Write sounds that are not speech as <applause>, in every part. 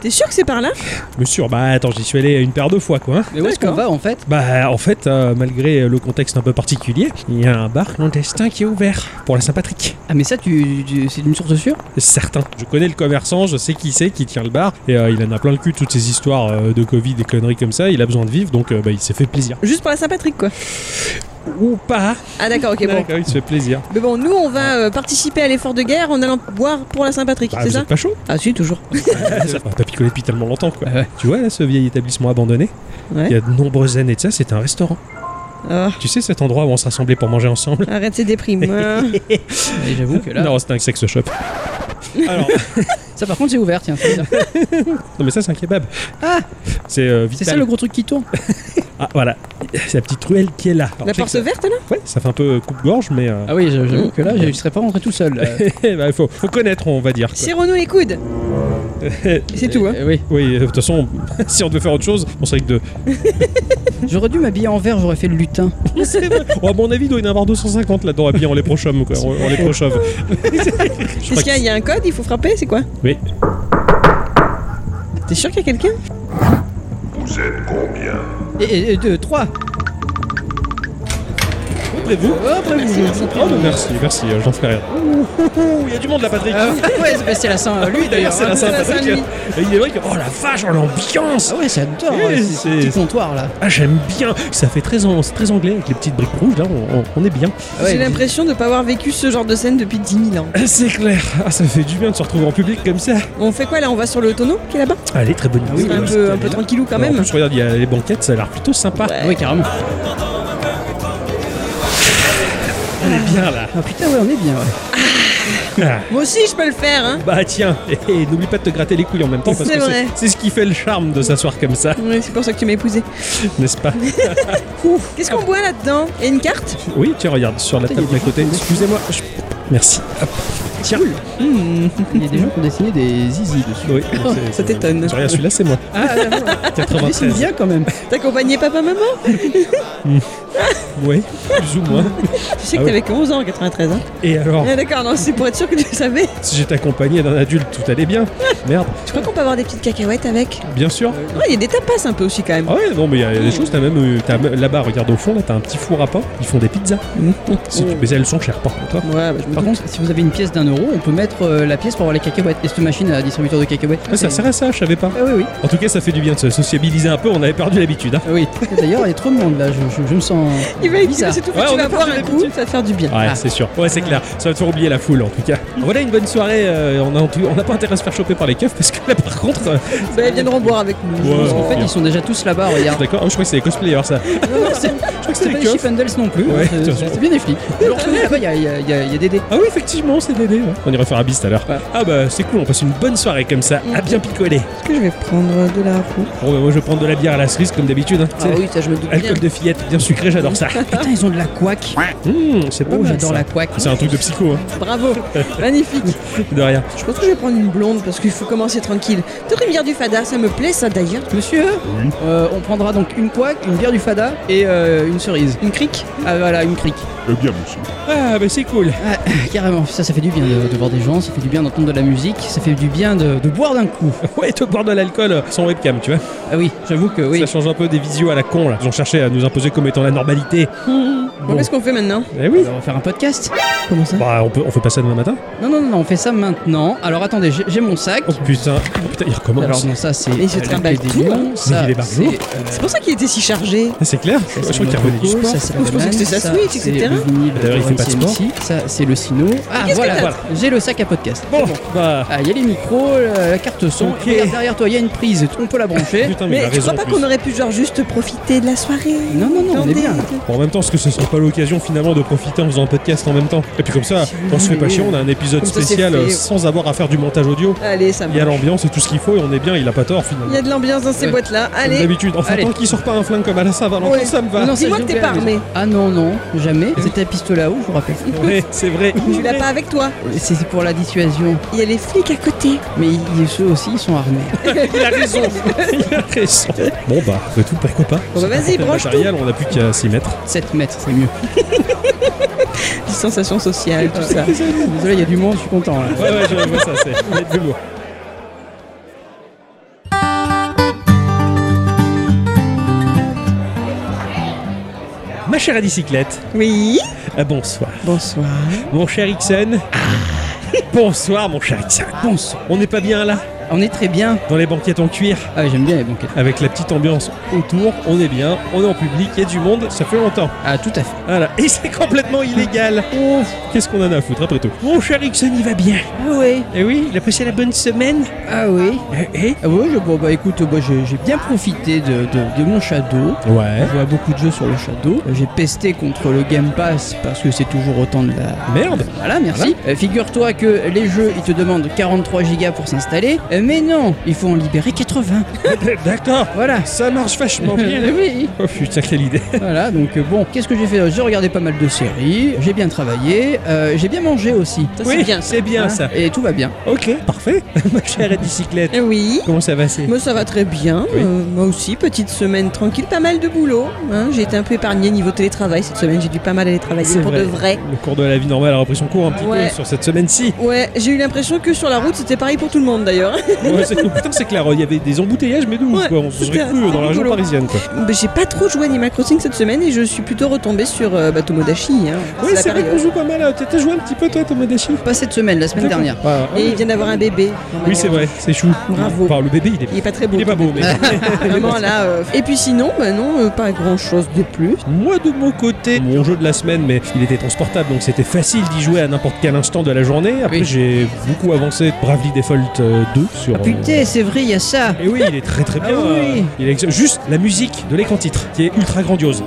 T'es sûr que c'est par là Bien sûr, bah attends, j'y suis allé une paire de fois quoi. hein. Mais où est-ce qu'on va en fait Bah en fait, euh, malgré le contexte un peu particulier, il y a un bar clandestin qui est ouvert pour la Saint-Patrick. Ah, mais ça, tu, tu- c'est une source sûre Certain. Je connais le commerçant, je sais qui c'est qui tient le bar et euh, il en a plein le cul de toutes ces histoires euh, de Covid et conneries comme ça. Il a besoin de vivre donc euh, bah, il s'est fait plaisir. Juste pour la Saint-Patrick, quoi. Ou pas. Ah, d'accord, ok, bon. D'accord, il se fait plaisir. Mais bon, nous, on va euh, participer à l'effort de guerre en allant boire pour la Saint-Patrick, Bah, c'est vous ça êtes <laughs> pas chaud Ah, si, toujours. Ça, On a pas picolé depuis tellement longtemps quoi. Ah ouais. Tu vois là ce vieil établissement abandonné Ouais. Il y a de nombreuses années de ça, c'était un restaurant. Ah, Tu sais cet endroit où on se rassemblait pour manger ensemble arrête, c'est déprime. <laughs> Euh, Et J'avoue que là. Non, c'était un <laughs> sex shop. Alors, Ça, par contre, c'est ouvert, tiens. c'est bizarre. non mais ça c'est un kebab. Ah C'est euh, C'est vital. ça le gros truc qui tourne Ah voilà, c'est la petite ruelle qui est là. Alors, la je sais porte que ça- verte, là Ouais, ça fait un peu coupe-gorge, mais euh, Ah oui, je- j'avoue que là, je je serais pas rentré tout seul. <laughs> euh. <laughs> bah, faut, faut connaître, on va dire. quoi. Serrons-nous les <laughs> coudes. C'est tout, hein. Euh, oui. Oui, euh, de toute façon, <laughs> si on devait faire autre chose, on serait que <laughs> deux. J'aurais dû m'habiller en vert, j'aurais fait le lutin. Oh, à mon avis, il doit y en avoir 250 là-dedans, et puis on les prochome, quoi. On, on <laughs> les <laughs> prochome. Je Est-ce crois qu'il y a- il y a un code Il faut frapper C'est quoi Oui. T'es sûr qu'il y a quelqu'un Vous êtes combien Et, et- et deux, trois Après vous Oh, après vous, Oh, vous- Oh, bah, merci, merci, euh, j'en ferai rien. Il y a du monde là, Patrick Ah ouais, c'est- bah, c'est la Saint, lui d'ailleurs. c'est la hein. Saint-Patrick. Saint-Denis. Et il est vrai que. Oh la vache, oh l'ambiance Ah ouais, j'adore. Eh, ouais, c'est- c'est- c'est un petit comptoir là. Ah, j'aime bien Ça fait très, an- c'est très anglais avec les petites briques rouges, là, on, on- on est bien. Ouais, J'ai l'impression de ne pas avoir vécu ce genre de scène depuis 10 000 ans. Ah, C'est clair Ah, ça fait du bien de se retrouver en public comme ça On fait quoi là On va sur le tonneau qui est là-bas Allez, très bonne idée. C'est Ah un, peu, un peu tranquillou quand En même. plus, regarde, il y a les banquettes, ça a l'air plutôt sympa. Ouais. Ah Oui, carrément. On est <laughs> bien là. Ah putain, ouais, on est bien. Ouais. Ah. Moi aussi je peux le faire, hein Bah tiens, et, et n'oublie pas de te gratter les couilles en même temps parce C'est que c'est- vrai. c'est ce qui fait le charme de s'asseoir comme ça, <laughs> Ouais, c'est pour ça que tu m'as épousé. n'est-ce <laughs> pas Qu'est-ce qu'on boit là-dedans Et une carte Oui, tiens, regarde, sur la Putain, table il y d'à a côté. des Excusez-moi. je- Merci. Hop. Tiens. Il y a des gens qui ont dessiné des zizi dessus. Oui, c'est- Oh, Ça c'est- t'étonne. Tu regardes celui-là, c'est moi. Ah, d'accord. Ils <laughs> dessinent 93. bien quand <laughs> même. T'accompagnais papa-maman Oui, plus <laughs> ou moins. Tu sais que Ah ouais. t'avais que 11 ans en 93, hein Et alors, Ah d'accord, non, c'est pour être sûr que tu le savais. si j'étais accompagné d'un adulte, tout allait bien. Merde, Tu crois qu'on peut avoir des petites cacahuètes avec bien sûr. Ouais, il y a des tapas un peu aussi quand même. Ah ouais, non, mais il y a il y a des choses, t'as même. euh, t'as- Là-bas, regarde au fond, là, t'as un petit four à pain. Ils font des pizzas. <laughs> Mmh. Si tu- Mais elles sont chères, par contre. hein. Ouais, bah, je me Par doute. contre, si vous avez une pièce d'un euro, on peut mettre euh, la pièce pour avoir les cacahuètes. Et cette machine à distributeur de cacahuètes. Ouais, ça sert à ça, je savais pas. Ah oui, oui. En tout cas, ça fait du bien de se sociabiliser un peu, on avait perdu l'habitude. Hein. Ah oui. Et D'ailleurs, il y a trop de monde là. Je, je- je me sens. Il va bizarre. c'est tout Ouais, tu on vas a pas boire fait un coup, d'habitude. ça va te faire du bien. Ouais, Ah. c'est sûr. Ouais, c'est clair. Ça va te faire oublier la foule en tout cas. Ah, Voilà une bonne soirée. euh, on a entu- on n'a pas intérêt à se faire choper par les keufs parce que là par contre. euh, Bah, ils viendront boire avec nous. Ouais. Parce qu'en fait, bien. ils sont déjà tous là-bas, regarde. D'accord. Ah, je crois que c'est les cosplayers ça. Non, non, c'est- je crois que c'est c'était pas les des keufs. Chippendales non plus. Ouais, C'est- de toute façon. c'est bien des flics. Alors que là-bas, il y a, il y a- il y a- il y a des dés. Ah oui, effectivement, c'est Dédé. ouais. On ira faire un bis tout à l'heure. Ouais. Mm. Ah bah c'est cool. On passe une bonne soirée comme ça. À bien picoler. Est-ce que je vais prendre de la roue Bon, bah, moi je vais prendre de la bière à la cerise comme d'habitude. hein. Tu sais, Ah oui, ça je me doute Alcool de fillette, bien sucré, j'adore ça. Putain, ils ont de la couac. Mmh, c'est pas Oh, mal, j'adore ça. la couac. Ah, C'est un truc de psycho, hein. Bravo, magnifique. de rien. Je pense que je vais prendre une blonde parce qu'il faut commencer tranquille. Peut-être une bière du fada, ça me plaît ça d'ailleurs. Monsieur, Mhm. euh, on prendra donc une couac, une bière du fada et euh, une cerise. Une crique Ah voilà, une crique. Eh bien, monsieur. Ah bah c'est cool. <laughs> Ah, carrément, ça, ça fait du bien de, de voir des gens, ça fait du bien d'entendre de la musique, ça fait du bien de, de boire d'un coup. Ouais, te boire de l'alcool euh, sans webcam, tu vois. Ah oui, j'avoue que oui. Ça change un peu des visios à la con là. Ils ont cherché à nous imposer comme étant la normalité. Bon. Bon, qu'est-ce qu'on fait maintenant Eh oui. Alors, on va faire un podcast Comment ça Bah, on, peut, on fait pas ça demain matin Non, non, non, non, on fait ça maintenant. Alors attendez, j'ai j'ai mon sac. Oh putain, Oh, putain, il recommence. Alors non, ça c'est Mais il se euh, la trimballe clé des tout, lions, hein. ça Mais il est c'est barbeau. euh, C'est pour ça qu'il était si chargé. Ah, c'est clair ça, Je c'est crois qu'il le revenait du Monaco, sport. ça, c'est la Oh, je pensais que banane, c'était sa ça, Switch, c'est etc. le vinyle D'ailleurs, il fait pas de de sport. CMC, Ça c'est le sino. Ah qu'est-ce voilà, que t'as voilà. j'ai le sac à podcast. Bon, bah. Ah, il y a les micros, la la carte son. Ok. Et regarde, derrière toi, il y a une prise, on peut la brancher. <laughs> Putain, mais, il Mais a tu raison. crois en pas plus. qu'on aurait pu genre juste profiter de la soirée Non, non, non, on est Attendez. bien. Bon, en même temps, est-ce que ce serait pas l'occasion finalement de profiter en faisant un podcast en même temps Et puis comme ça, on se fait pas chier, on a un épisode Comme ça, c'est spécial fait. euh, sans avoir à faire du montage audio. Allez, ça Il y a marche. l'ambiance et tout ce qu'il faut et on est bien, il a pas tort Il finalement. y a de l'ambiance dans ces Ouais. boîtes-là. Comme Allez, d'habitude, enfin Allez. tant qu'il sort pas un flingue comme à la Saint-Valentin, Ouais. ça me va. Non, ça, dis-moi j'ai que t'es ouvert, pas mais- armé. Ah non, non, jamais. C'était un pistolet à eau, je vous rappelle. Ouais, c'est vrai. Tu l'as pas avec toi. C'est c'est pour la dissuasion. Il y a les flics à côté. Mais ils- ceux aussi, ils sont armés. Il a raison. il a raison. Bon bah, de tout, pourquoi pas Bon, bah, vas-y, Le branche tout. matériel, on a plus qu'à s'y mettre. 7 mètres, c'est <laughs> mieux. Sensation sociale, tout ça. Désolé, il y a du monde, je suis content là. Ouais, ouais, je vois ça, c'est. il y a de l'humour. chère à bicyclette, Oui. ah, bonsoir. Bonsoir. Mon cher Ixon. Ah. Bonsoir, mon cher Ixon. Bonsoir. On n'est pas bien là On est très bien. Dans les banquettes en cuir Ah, j'aime bien les banquettes. Avec la petite ambiance autour, on est bien, on est en public, il y a du monde, ça fait longtemps. Ah, tout à fait. Voilà, et c'est complètement illégal. Oh, qu'est-ce qu'on en a à foutre après tout Mon cher Ixon, il va bien. Ah oui. Eh oui, il a passé la bonne semaine. Ah oui. Eh, eh Ah oui, je- bon, bah écoute, moi j'ai j'ai bien profité de, de- de mon Shadow. Ouais. Je joue à beaucoup de jeux sur le Shadow. Euh, J'ai pesté contre le Game Pass parce que c'est toujours autant de la. Merde. Voilà, merci. Euh, Figure-toi que les jeux, ils te demandent 43 gigas pour s'installer. Euh, mais non, il faut en libérer 80. <laughs> D'accord. Voilà. Ça marche vachement Euh, <laughs> bien. <laughs> oui. Oh putain, quelle idée. Voilà, donc euh, bon, qu'est-ce que j'ai fait J'ai regardé pas mal de séries, j'ai bien travaillé, euh, j'ai bien mangé aussi. Ça, Oui, c'est bien. C'est bien Hein, ça. Et tout va bien. Ok, parfait. <laughs> Ma chère bicyclette, Eh oui. comment ça va c'est Moi, ça va très bien. Oui. Euh, moi aussi, petite semaine tranquille, pas mal de boulot. hein. J'ai été un peu épargnée niveau télétravail cette semaine. J'ai dû pas mal aller travailler C'est pour de vrai. Le cours de la vie normale a repris son cours un petit Ouais. peu sur cette semaine-ci. Ouais, j'ai eu l'impression que sur la route, c'était pareil pour tout le monde d'ailleurs. <laughs> Ouais, c'est- putain, c'est clair, il y avait des embouteillages, mais de ouf, Ouais, quoi. On se serait c'était cru euh, dans la région rigolo. parisienne, quoi. Bah, j'ai pas trop joué à Animal Crossing cette semaine et je suis plutôt retombée sur euh, bah, Tomodachi. hein. Ouais, C'est la c'est vrai période. qu'on joue pas mal. euh, T'as t'as joué un petit peu, toi, Tomodachi Pas cette semaine, la semaine dernière. Ah, ah, Et il vient d'avoir un bébé. Oui, c'est vrai, c'est chou. Bravo. Enfin, le bébé, il est, Il est pas très beau. <laughs> il est pas beau, mais. Vraiment là. euh, Et puis sinon, bah non, euh, pas grand chose de plus. Moi de mon côté, mon jeu de la semaine, mais il était transportable, donc c'était facile d'y jouer à n'importe quel instant de la journée. Après, Oui. j'ai beaucoup avancé Bravely Default euh, 2 sur. Ah putain, euh, c'est vrai, il y a ça. Et oui, il est très très bien. Ah oui. euh, il est ex- Juste la musique de l'écran titre, qui est ultra grandiose.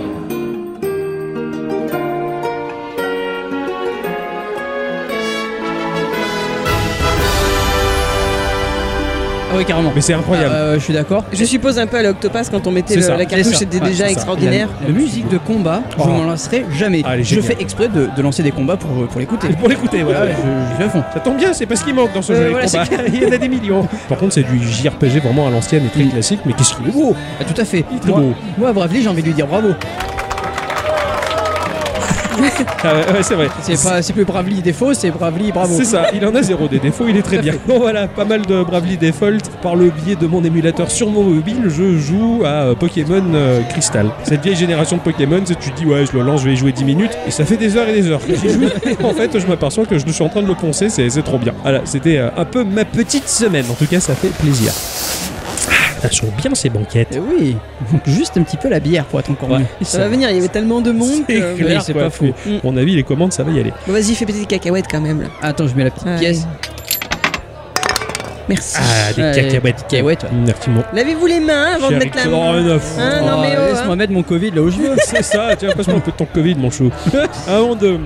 Ah oui, carrément. Mais c'est incroyable. Euh, je suis d'accord. Je suppose un peu à l'Octopass quand on mettait C'est le- ça, la cartouche, ça. c'était Ouais, déjà c'est ça. extraordinaire. La, la musique de combat, Oh. je m'en lancerai jamais. Ah, elle est je géniale. fais exprès de, de lancer des combats pour, pour l'écouter. <laughs> Pour l'écouter, voilà. Ah ouais, je, je suis à fond. Ça tombe bien, c'est pas ce qui manque dans ce Ouais, jeu. les voilà, combats. il y en a des millions. <laughs> Par contre, c'est du JRPG vraiment à l'ancienne et très Mm. classique, mais qu'est-ce qu'il est beau Ah, tout à fait. Il est très Moi, beau. moi, à Bravely, j'ai envie de lui dire bravo. Ah ouais, ouais, c'est vrai. C'est pas, c'est plus Bravely défaut, c'est Bravely bravo. C'est ça, il en a zéro des défauts, il est très Tout à bien. Bon voilà, pas mal de Bravely Default. Par le biais de mon émulateur sur mon mobile, je joue à euh, Pokémon euh, Crystal. Cette vieille génération de Pokémon, c'est tu te dis ouais, je le lance, je vais y jouer 10 minutes, et ça fait des heures et des heures que j'y <laughs> joue. en fait, je m'aperçois que je suis en train de le poncer, c'est c'est trop bien. Voilà, c'était euh, un peu ma petite semaine, en tout cas ça fait plaisir. Ah, ça sent bien ces banquettes. Eh Oui, <laughs> Donc, juste un petit peu la bière pour être encore mieux. Ça va venir, il y avait tellement de monde. C'est que- clair, c'est quoi. pas fou. Mais, Mon avis, les commandes, ça va y aller. Bon, Vas-y, fais péter des cacahuètes quand même. Là. Attends, je mets la petite Ouais. pièce. Merci. Ah, des Ouais, cacahuètes. cacahuètes, ouais. Merci, mon Lavez-vous les mains avant de cher mettre la Hector. main. Oh, rien à foutre. Hein, non, mais oh, laisse-moi hein. mettre mon Covid là où je veux. C'est ça, tu vois, passe-moi un peu de ton Covid, mon chou. <laughs> Avant de.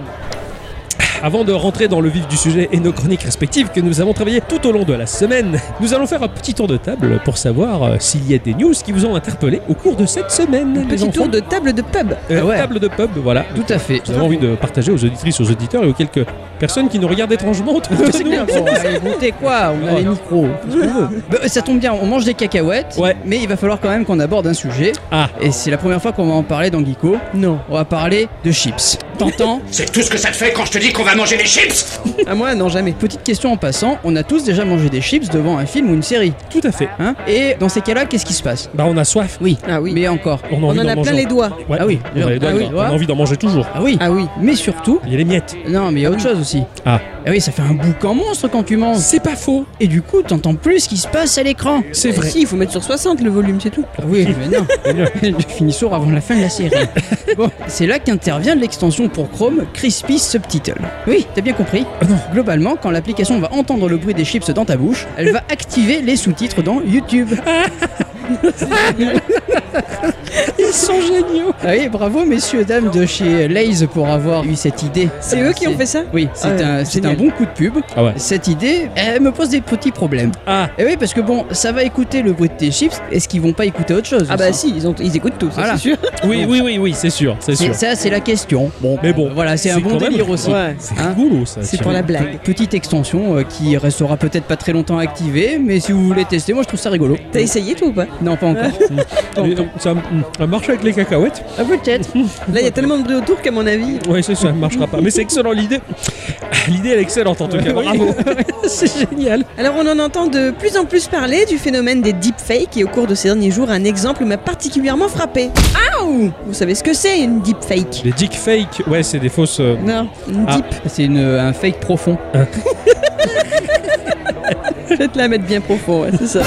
Avant de rentrer dans le vif du sujet et nos chroniques respectives que nous avons travaillées tout au long de la semaine, nous allons faire un petit tour de table pour savoir euh, s'il y a des news qui vous ont interpellé au cours de cette semaine. les Petit enfants. tour de table de pub. Euh, Ah ouais. table de pub, voilà. Tout à fait. Nous avons envie de partager aux auditrices, aux auditeurs et aux quelques personnes qui nous regardent étrangement autour <laughs> de C'est nous. clair, bon, allez, goûtez quoi On a Oh. les micros. qu'est-ce qu'on veut Bah, ça tombe bien, on mange des cacahuètes, Ouais. mais il va falloir quand même qu'on aborde un sujet. Ah. Et c'est la première fois qu'on va en parler dans Geeko. Non. On va parler de chips. T'entends C'est tout ce que ça te fait quand je te dis qu'on va manger des chips À hein. Ah, moi, non, jamais. Petite question en passant, on a tous déjà mangé des chips devant un film ou une série. Tout à fait. Hein Et dans ces cas-là, qu'est-ce qui se passe Bah, on a soif. Oui. Ah oui. Mais encore. On a On envie en d'en a manger. plein les doigts. Ouais, Ah oui. on a, les doigts Ah oui, dedans. On a ouais. envie d'en manger toujours. Ah oui. Ah oui. Mais surtout, Il y a les miettes. non, mais il y a autre chose aussi. Ah. Ah oui, ça fait un boucan monstre quand tu manges. C'est pas faux. Et du coup, t'entends plus ce qui se passe à l'écran. <laughs> C'est vrai. Si, il faut mettre sur 60 le volume, c'est tout. Ah Oui, mais non. tu finis sourd avant la fin de la série. <laughs> Bon, c'est là qu'intervient l'extension pour Chrome Crispy Subtitle. Oui, t'as bien compris. Ah Globalement, quand l'application va entendre le bruit des chips dans ta bouche, elle va activer les sous-titres dans YouTube. Ah. Ils sont géniaux. Ah oui, bravo messieurs dames de chez Lays pour avoir eu cette idée. C'est eux qui ont fait ça Oui, c'est Ah, un, c'est un génial. bon coup de pub. Ah ouais. Cette idée, elle me pose des petits problèmes. Ah, Et oui, parce que bon, ça va écouter le bruit de tes chips, est-ce qu'ils vont pas écouter autre chose hein Ah bah si, ils, ont, ils écoutent tout, ça, Voilà. c'est sûr. Oui, oui, oui, oui, c'est sûr, c'est C'est- sûr. Ça, c'est la question. Bon, Mais bon, euh, voilà, c'est un c'est bon quand même- délire aussi. Ouais. C'est Hein rigolo ça. C'est tiens. pour la blague. Petite extension euh, qui restera peut-être pas très longtemps activée, mais si vous voulez tester, moi je trouve ça rigolo. T'as essayé toi ou pas <laughs> Non, pas encore. Mais, euh, ça, mm, ça marche marche avec les cacahuètes. Ah, peut-être. Là, il y a tellement de retours qu'à mon avis. Ouais, c'est ça, marchera pas. Mais c'est excellent l'idée. <laughs> L'idée, elle est excellente en tout cas. Bravo. <laughs> C'est génial. Alors, on en entend de plus en plus parler du phénomène des deepfakes et au cours de ces derniers jours, un exemple m'a particulièrement frappé. Aouh Vous savez ce que c'est une deepfake Les dick fake, ouais, c'est des fausses. euh, Non, une Ah. deep. C'est une- un fake profond. Faites la mettre bien profond, ouais, c'est ça.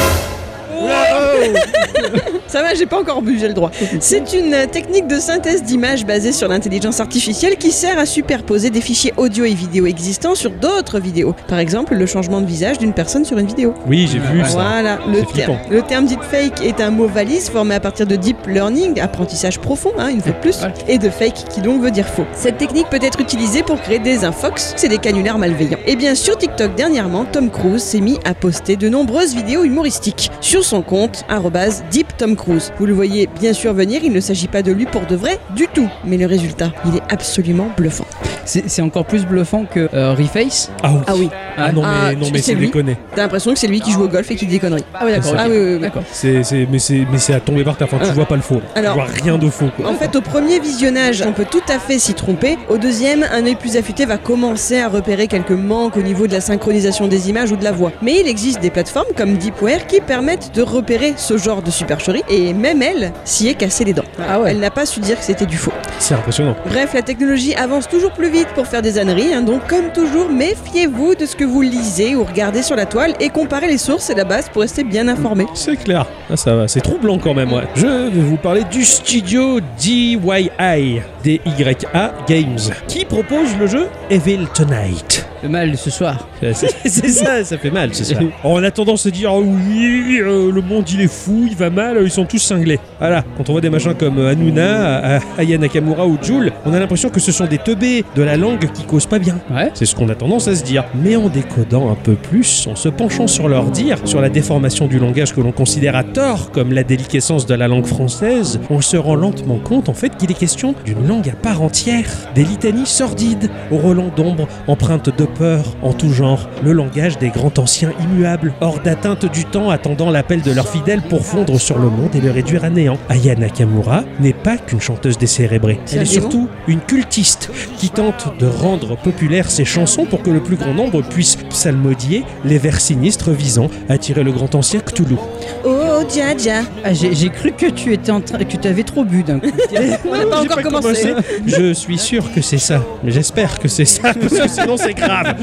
Ça va, j'ai pas encore bu, j'ai le droit. C'est une euh, technique de synthèse d'images basée sur l'intelligence artificielle qui sert à superposer des fichiers audio et vidéo existants sur d'autres vidéos. Par exemple, le changement de visage d'une personne sur une vidéo. Oui, j'ai vu ça. Voilà, le C'est terme, le terme deepfake est un mot valise formé à partir de deep learning, apprentissage profond, hein, une fois de plus, Ouais. et de fake qui donc veut dire faux. Cette technique peut être utilisée pour créer des infox, c'est des canulars malveillants. Et bien sur TikTok dernièrement, Tom Cruise s'est mis à poster de nombreuses vidéos humoristiques sur son compte arrobase deep Tom Cruise. Vous le voyez bien sûr venir, il ne s'agit pas de lui pour de vrai du tout, mais le résultat, il est absolument bluffant. C'est c'est encore plus bluffant que euh, Reface. Ah oui. Ah oui, Ah non, mais, Ah, non, tu- mais c'est c'est lui déconné. t'as l'impression que c'est lui qui joue au golf et qui dit des conneries. Ah oui, d'accord, Ah ok. oui, oui, oui. D'accord. C'est, c'est, mais c'est, mais c'est à tomber par terre. Enfin, tu Ah. vois pas le faux. là. Alors- tu vois rien de faux. Quoi. En fait, au premier visionnage, on peut tout à fait s'y tromper. Au deuxième, un œil plus affûté va commencer à repérer quelques manques au niveau de la synchronisation des images ou de la voix. Mais il existe des plateformes comme Deepware qui permettent de repérer ce genre de supercherie et même elle s'y est cassée les dents. Ah ouais. Elle n'a pas su dire que c'était du faux. C'est impressionnant. Bref, la technologie avance toujours plus vite pour faire des âneries, hein, donc comme toujours, méfiez-vous de ce que vous lisez ou regardez sur la toile et comparez les sources et la base pour rester bien informé. C'est clair. Ah, ça va. C'est troublant quand même. Ouais. Je vais vous parler du studio DYI, D-Y-A Games, qui propose le jeu Evil Tonight. Le mal ce soir. Euh, <laughs> C'est <laughs> c'est ça, ça fait mal, c'est <laughs> ça. En attendant, se dire oh oui, euh, le monde il est fou, il va mal, euh, ils sont tous cinglés. Voilà, quand on voit des machins comme euh, Hanouna, euh, Aya Nakamura ou Joule, on a l'impression que ce sont des teubés de la langue qui causent pas bien. Ouais. C'est ce qu'on a tendance à se dire. Mais en décodant un peu plus, en se penchant sur leur dire, sur la déformation du langage que l'on considère à tort comme la déliquescence de la langue française, on se rend lentement compte en fait qu'il est question d'une langue à part entière, des litanies sordides, aux relents d'ombre, empreintes de peur, en tout genre, le langage des grands anciens immuables, hors d'atteinte du temps, attendant l'appel de leurs fidèles pour fondre sur le monde et le réduire à néant. Aya Nakamura n'est pas qu'une chanteuse décérébrée, elle est Sérieusement surtout une cultiste qui tente de rendre populaires ses chansons pour que le plus grand nombre puisse psalmodier les vers sinistres visant à tirer le grand ancien Cthulhu. Oh, dja dja. Ah, j'ai j'ai cru que tu étais en train, que tu avais trop bu d'un <laughs> coup. <laughs> On n'a pas J'ai encore commencé. Je suis sûr que c'est ça. Mais J'espère que c'est ça, parce que sinon c'est grave.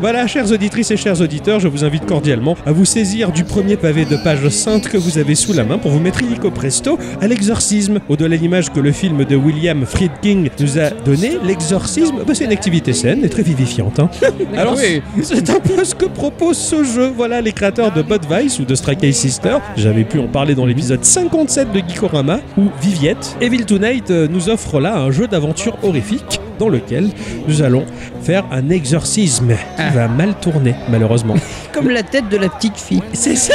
Voilà, chères auditrices et chers auditeurs, je vous invite cordialement à vous saisir du premier pavé de page sainte que vous avez sous la main pour vous mettre illico presto à l'exorcisme. Au-delà de l'image que le film de William Friedkin nous a donnée, l'exorcisme, bah, c'est une activité saine et très vivifiante. hein. Alors, oui. c'est un peu ce que propose ce jeu. Voilà, les créateurs de Bud Vice ou de Stray Eye Sister, j'avais pu en parler dans l'épisode 57 de Geekorama, ou Viviette. Evil Tonight euh, nous offre là un jeu d'aventure horrifique dans lequel nous allons faire un exorcisme qui Ah. va mal tourner, malheureusement. Comme la tête de la petite fille. C'est ça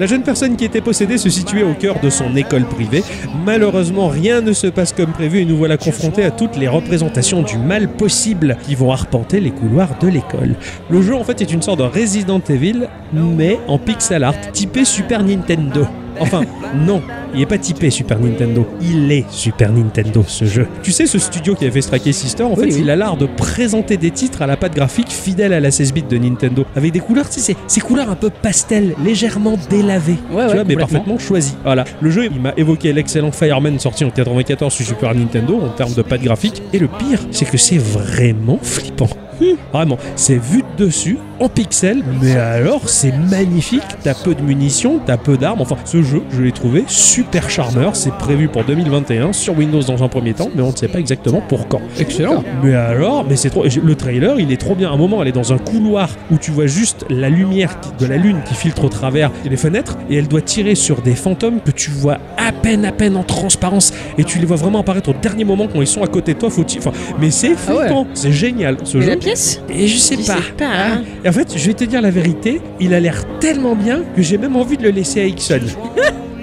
La jeune personne qui était possédée se situait au cœur de son école privée. Malheureusement, rien ne se passe comme prévu et nous voilà confrontés à toutes les représentations du mal possible qui vont arpenter les couloirs de l'école. Le jeu en fait est une sorte de Resident Evil, mais en pixel art, typé Super Nintendo. Enfin, non, il est pas typé Super Nintendo. Il est Super Nintendo, ce jeu. Tu sais, ce studio qui a fait Stray Cat Sister, en fait, Oui, oui. il a l'art de présenter des titres à la patte graphique fidèle à la 16-bit de Nintendo. Avec des couleurs, tu sais, ces- ces couleurs un peu pastel, légèrement délavées. Ouais, tu ouais, vois, mais complètement. parfaitement choisies. Voilà. Le jeu, il m'a évoqué l'excellent Fireman sorti en 94 sur Super Nintendo en termes de patte graphique. Et le pire, c'est que c'est vraiment flippant. Hmm. Vraiment, c'est vu de dessus, en pixels, mais alors c'est magnifique. T'as peu de munitions, t'as peu d'armes. Enfin, ce jeu, je l'ai trouvé super charmeur. C'est prévu pour 2021 sur Windows dans un premier temps, mais on ne sait pas exactement pour quand. Excellent. Mais alors, mais c'est trop. Le trailer, il est trop bien. À un moment, elle est dans un couloir où tu vois juste la lumière qui- de la lune qui filtre au travers les fenêtres et elle doit tirer sur des fantômes que tu vois à peine, à peine en transparence et tu les vois vraiment apparaître au dernier moment quand ils sont à côté de toi. Faut enfin, mais c'est Ah ouais. flippant, c'est génial ce Et jeu. la pièce Et je sais Tu pas. sais pas, hein. Et en fait, je vais te dire la vérité, il a l'air tellement bien que j'ai même envie de le laisser à <laughs> Ixon.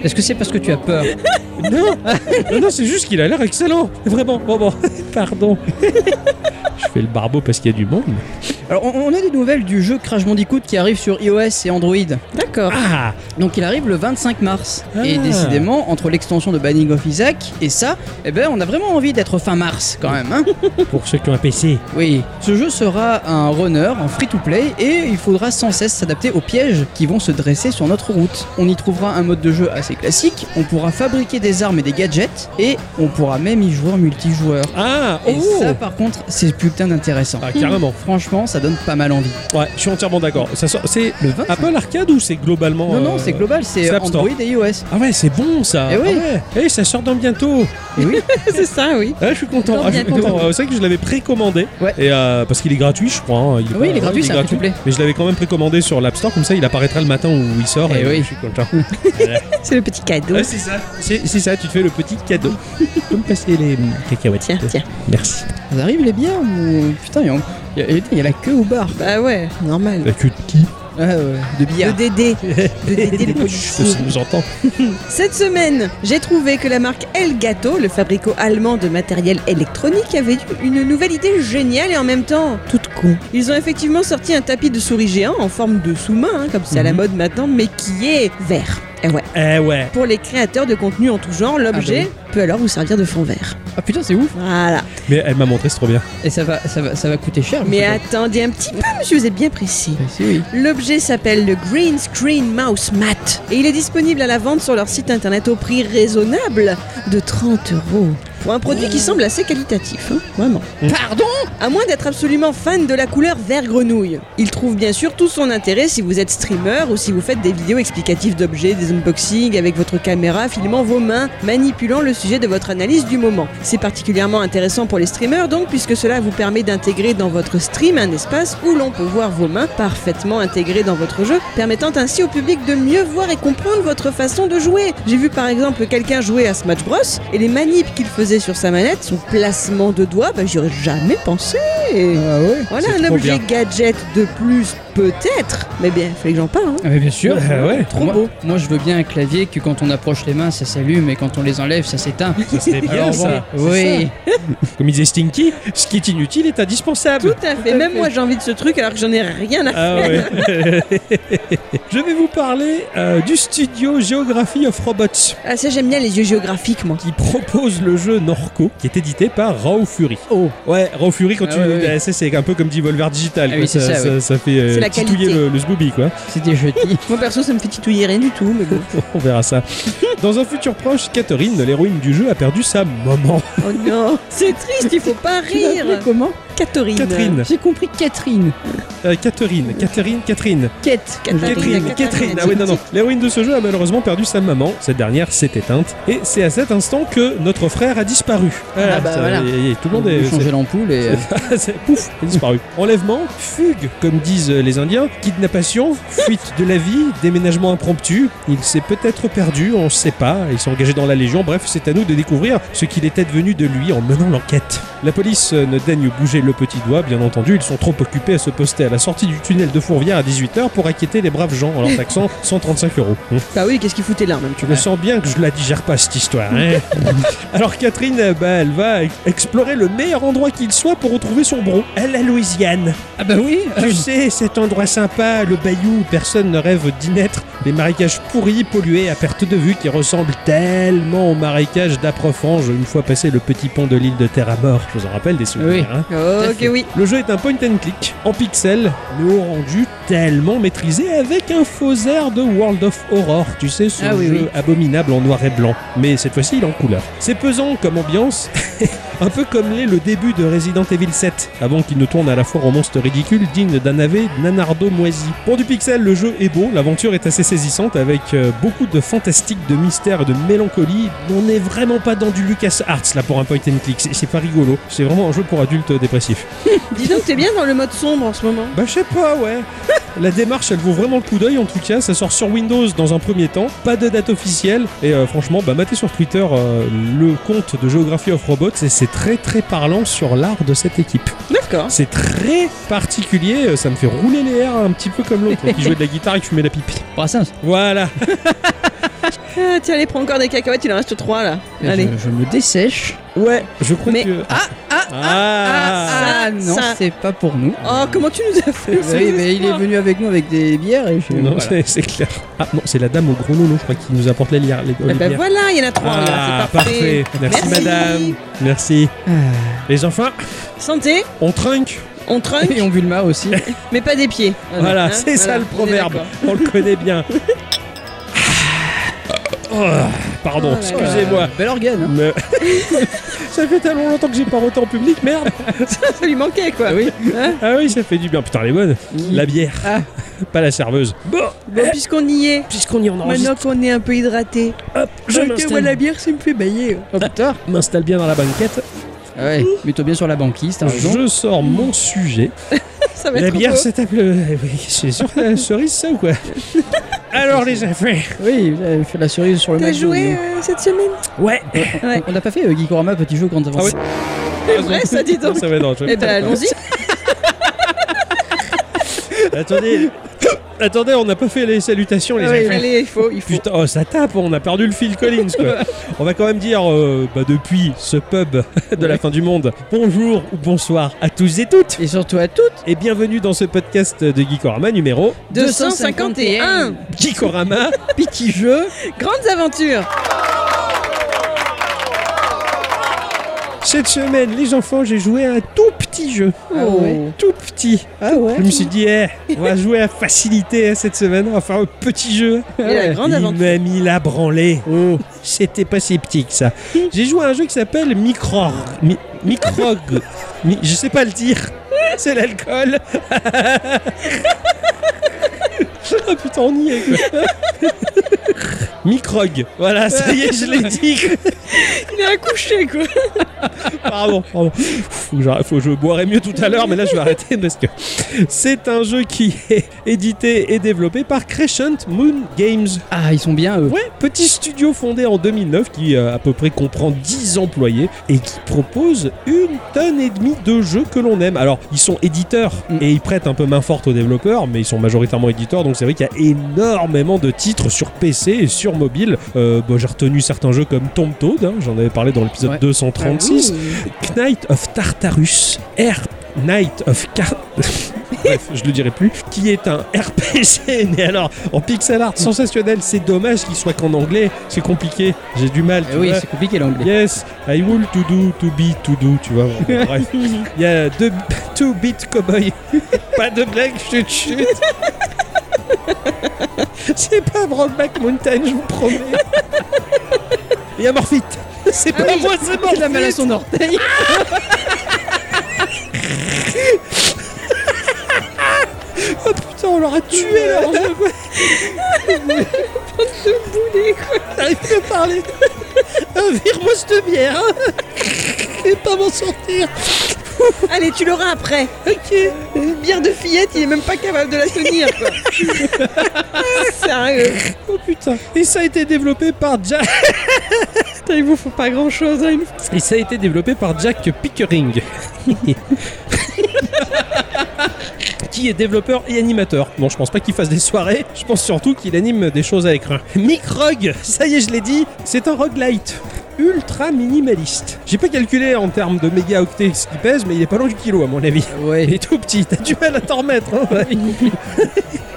Est-ce que c'est parce que tu as peur Non, non, non, c'est juste qu'il a <laughs> l'air <laughs> excellent. Vraiment, bon, bon, pardon. Je fais le barbeau parce qu'il y a du monde. Alors, on, on a des nouvelles du jeu Crash Bandicoot qui arrive sur iOS et Android. D'accord. Ah Donc il arrive le 25 mars. Ah. Et décidément, entre l'extension de Banning of Isaac et ça, eh ben, on a vraiment envie d'être fin mars quand <laughs> même. Hein Pour ceux qui ont un PC. oui. Ce jeu sera un runner, un free-to-play, et il faudra sans cesse s'adapter aux pièges qui vont se dresser sur notre route. On y trouvera un mode de jeu assez classique, on pourra fabriquer des armes et des gadgets, et on pourra même y jouer en multijoueur. Ah Et oh ça par contre, c'est putain d'intéressant. Ah, carrément. Franchement, ça donne pas mal envie. Ouais, je suis entièrement d'accord. Ça sort- C'est Le 25. Apple Arcade ou c'est globalement Ah, Non, euh, non, c'est global, c'est c'est App Store. Android et iOS. Ah ouais, c'est bon ça. Eh oui. Ah ouais. Eh, ça sort dans bientôt. Et oui, <laughs> c'est ça, oui. Ah, je suis content. Dans Ah, je suis bientôt. content. Euh, C'est vrai que je l'avais précommandé. Ouais. Et euh, parce qu'il est gratuit, je crois. hein. Oui, il est gratuit, c'est un free-to-play. Mais je l'avais quand même précommandé sur l'App Store, comme ça, il apparaîtra le matin où il sort. Eh oui. Je suis content. C'est le petit cadeau. Ouais, c'est ça. C'est c'est ça. Tu te fais le petit <laughs> cadeau. Tu peux me passer les cacahuètes. Tiens, tiens. euh, Merci. Vous arrivez les bières ou- Putain, il y, a- il y a- il y a la queue au bar. Bah ouais, normal. La queue de qui Ah ouais, de Le billard. Dédé. <laughs> Le Dédé le <laughs> Je policier. sais, J'entends. Cette semaine, j'ai trouvé que la marque Elgato, le fabricant allemand de matériel électronique, avait eu une nouvelle idée géniale et en même temps toute con. Ils ont effectivement sorti un tapis de souris géant en forme de sous-main, hein, comme c'est à la mode maintenant, mais qui est vert. Et ouais. Eh ouais. Pour les créateurs de contenu en tout genre, l'objet peut alors vous servir de fond vert. Ah putain, c'est ouf. Voilà. Mais elle m'a montré, c'est trop bien. Et ça va, ça va, ça va coûter cher. Mais je sais attendez un petit peu, monsieur, vous êtes bien précis. pas. Si, oui. L'objet s'appelle le Green Screen Mouse Mat et il est disponible à la vente sur leur site internet au prix raisonnable de 30 euros. Pour un produit qui semble assez qualitatif, hein, vraiment. Pardon À moins d'être absolument fan de la couleur vert grenouille. Il trouve bien sûr tout son intérêt si vous êtes streamer ou si vous faites des vidéos explicatives d'objets, des unboxings avec votre caméra, filmant vos mains, manipulant le sujet de votre analyse du moment. C'est particulièrement intéressant pour les streamers donc puisque cela vous permet d'intégrer dans votre stream un espace où l'on peut voir vos mains parfaitement intégrées dans votre jeu, permettant ainsi au public de mieux voir et comprendre votre façon de jouer. J'ai vu par exemple quelqu'un jouer à Smash Bros et les manips qu'il faisait sur sa manette, son placement de doigts, bah, j'y aurais jamais pensé. Ah ouais Voilà C'est un trop objet gadget de plus, peut-être, mais bien, fallait que j'en parle. hein. ah mais bien <laughs> sûr, Ouais, ouais. Trop moi, beau. Moi, je veux bien un clavier que quand on approche les mains, ça s'allume et quand on les enlève, ça s'éteint. C'est bien Alors, ça. bon, Oui. Comme il disait Stinky, ce qui est inutile est indispensable. Ah, Tout à fait, même moi j'ai envie de ce truc alors que j'en ai rien à Ah <laughs> ouais. Je vais vous parler euh, du studio Geography of Robots Ah, ça j'aime bien les yeux géographiques, moi. qui propose le jeu Norco qui est édité par Raw Fury. Oh. Ouais, Raw Fury quand Ah tu ouais, ouais. eh, ça, c'est un peu comme Devolver Digital Ah quoi. oui, c'est ça, ça, ouais. ça fait euh, C'est la titouiller qualité. le, le Sgooby <laughs> quoi. C'était jeudi. Moi perso ça me fait titouiller rien du tout, mais <laughs> bon. On verra ça. Dans un futur proche, Catherine, l'héroïne du jeu a perdu sa maman. Oh non, c'est triste, il faut pas rire. comment Catherine. <laughs> Catherine. <laughs> J'ai compris Catherine. Euh, Catherine, Catherine, Catherine. Kate. Catherine. Catherine, Catherine, Catherine, Catherine, ah oui, <laughs> non, non. petite. L'héroïne de ce jeu a malheureusement perdu sa maman. Cette dernière s'est éteinte. Et c'est à cet instant que notre frère a disparu. Ah bah ça- voilà. et- et tout le monde est. J'ai changé l'ampoule et. euh, c'est- <laughs> c'est- Pouf, il a disparu. Enlèvement, fugue, comme disent euh, les Indiens, kidnappation, fuite de la vie, déménagement impromptu. Il s'est peut-être perdu, on ne sait pas. Il s'est engagé dans la Légion. Bref, c'est à nous de découvrir ce qu'il était devenu de lui en menant l'enquête. La police euh, ne daigne bouger le petit doigt, bien entendu. Ils sont trop occupés à se poster à la sortie du tunnel de Fourvière à 18h pour inquiéter les braves gens en leur taxant 135 euros. Hum. Bah oui, qu'est-ce qu'il foutait là en même Je me sens bien que je la digère pas cette histoire. <laughs> hein. Alors Catherine, euh, bah, elle va e- explorer le meilleur endroit qu'il soit pour retrouver son bro. À la Louisiane. Euh. Ah bah oui Tu sais, cet endroit sympa, le bayou où personne ne rêve d'y naître. Les marécages pourris, pollués, à perte de vue, qui ressemblent tellement aux marécages d'Aprofange une fois passé le petit pont de l'île de Terre à Mort. Je vous en rappelle des souvenirs. hein. temps. Ok, oui. Le jeu est un point and click en pixels, mais au rendu tellement maîtrisé avec un faux air de World of Horror. Tu sais, ce Ah oui, jeu oui. abominable en noir et blanc. Mais cette fois-ci, il est en couleur. C'est pesant comme ambiance, <laughs> un peu comme l'est le début de Resident Evil 7, avant qu'il ne tourne à la fois en monstre ridicule digne d'un AV nanardo moisi. Pour du pixel, le jeu est beau, l'aventure est assez saisissante avec euh, beaucoup de fantastique, de mystère et de mélancolie. On n'est vraiment pas dans du Lucas Arts là pour un point and click, C'est- c'est pas rigolo. C'est vraiment un jeu pour adultes dépressifs. Dis donc, t'es bien dans le mode sombre en ce moment. Bah je sais pas ouais. La démarche elle vaut vraiment le coup d'œil en tout cas, ça sort sur Windows dans un premier temps, pas de date officielle et euh, franchement bah matez sur Twitter euh, le compte de Geography of Robots et c'est très très parlant sur l'art de cette équipe. D'accord. C'est très particulier, euh, ça me fait rouler les airs un petit peu comme l'autre qui jouait de la guitare et qui fumait la pipi. Brassens. Voilà. Ah, tiens, allez, prends encore des cacahuètes, il en reste trois là. Allez. Je, je me dessèche. Ouais. Je crois Mais- que. Ah, ah, ah, ah, Ah, ah, non, ça. c'est pas pour nous. Oh, comment tu nous as fait Bah oui, mais il est venu avec nous avec des bières et je. Non, voilà. c'est- c'est clair. Ah non, c'est la dame au gros nono, je crois, qui nous apporte la lière. les- euh, les Eh ben bières. voilà, il y en a trois. Ah, voilà, c'est parfait. Merci, Merci. madame. Merci. Ah. Les enfants, Santé, on trinque. on trinque, Et on Bulma <laughs> aussi. mais pas des pieds. Voilà, hein, c'est voilà, ça on le est proverbe. d'accord. On le <laughs> connaît bien. Ah, pardon, Oh là là. excusez-moi. Bel organe. hein. <laughs> Me- ça fait tellement longtemps que j'ai pas roté en public, <laughs> merde. Ça lui manquait quoi. Ah oui. Ah oui, ça fait du bien. Putain, les bonnes. La bière, Ah. pas la serveuse. Bon, Bon, puisqu'on y <laughs> est, puisqu'on y en enregistre, maintenant qu'on est un peu hydraté, hop, je Ok, moi, la m'installe- bière, ça me fait bailler. Oh putain. m'installe bien dans la banquette. Ah ouais, mets-toi bien sur la banquise, t'as raison. Je sors mon sujet. Ça va La être trop bière, beau. ça tape le. Eh oui, C'est sur la cerise, ça <laughs> ou quoi Alors, les affaires. Oui, j'avais fait la cerise sur le T'as McDo, dis joué donc. euh, cette semaine <laughs> Ouais. Ouais. On n'a pas fait euh, Gikorama, petit jeu quand avance. Ah ouais. C'est vrai, ça dit donc. Ça va être dangereux. Eh ben allons-y. <laughs> Attendez. Attendez, on n'a pas fait les salutations, les Ah oui, affaires. allez, il faut, il faut. Putain, oh, ça tape, on a perdu le Phil Collins. <laughs> Quoi. on va quand même dire, euh, bah, depuis ce pub <laughs> de la fin du monde, bonjour ou bonsoir à tous et toutes. Et surtout à toutes, Et bienvenue dans ce podcast de Geekorama numéro 251 Geekorama. petit jeu. Grandes aventures Cette semaine, les enfants, j'ai joué à un tout petit jeu. Ah ouais. Tout petit. Ah ouais. Je me suis dit, eh, on va jouer à facilité hein, cette semaine, on va faire un petit jeu. et la grande Il aventure. m'a mis la branlée. Oh, c'était pas si petit que ça. J'ai joué à un jeu qui s'appelle Microg. Mi- Microg. Mi- je sais pas le dire. C'est <laughs> l'alcool. Ah putain, on y est quoi. Microg. Voilà, ça y est, je l'ai <laughs> dit. Il est accouché quoi. <laughs> Pardon, pardon. Faut que j'arrête- faut que je boirais mieux tout à l'heure, mais là je vais arrêter <laughs> parce que c'est un jeu qui est édité et développé par Crescent Moon Games. Ah, ils sont bien eux. Ouais, petit studio fondé en 2009 qui euh, à peu près comprend 10 employés et qui propose une tonne et demie de jeux que l'on aime. Alors, ils sont éditeurs Mm. et ils prêtent un peu main forte aux développeurs, mais ils sont majoritairement éditeurs, donc c'est vrai qu'il y a énormément de titres sur PC et sur mobile. Euh, bon, J'ai retenu certains jeux comme Tomb Toad, hein, j'en avais parlé dans l'épisode Ouais. Ah 236, Knight of Tartarus, Air Knight of Car... <laughs> Bref, je le dirai plus. Qui est un <laughs> RPG, mais alors en pixel art sensationnel. C'est dommage qu'il soit qu'en anglais. C'est compliqué. J'ai du mal. Eh Tu oui, vois. c'est compliqué l'anglais. Yes, I will to do, to be, to do, tu vois. <laughs> Bon, bref. Il y a deux, two beat cowboy. pas de blague, chut, chut. <laughs> C'est pas Brokeback Mountain, je vous <laughs> promets. Il y a Morphite. C'est Ah pas oui, moi, c'est Morphite. Il a mal à son orteil. Oh putain, on leur a tué leur jeu, quoi. J'arrive plus à parler. Ah, Vire-moi cette bière. hein. Je vais pas m'en sortir. Allez, tu l'auras après. Ok. Une bière de fillette, il est même pas capable de la tenir quoi. <laughs> Sérieux. Oh putain. Et ça a été développé par Jack. Putain, il vous faut pas hein, grand chose à une fois. Et ça a été développé par Jack Pickering. qui est développeur et animateur. Bon, je pense pas qu'il fasse des soirées, je pense surtout qu'il anime des choses à l'écran. Microg, ça y est, je l'ai dit, c'est un roguelite. Ultra minimaliste. J'ai pas calculé en termes de méga octets ce qu'il pèse, mais il est pas loin du kilo à mon avis. Il Ah Ouais. est tout petit, t'as du mal à t'en remettre. hein. <laughs>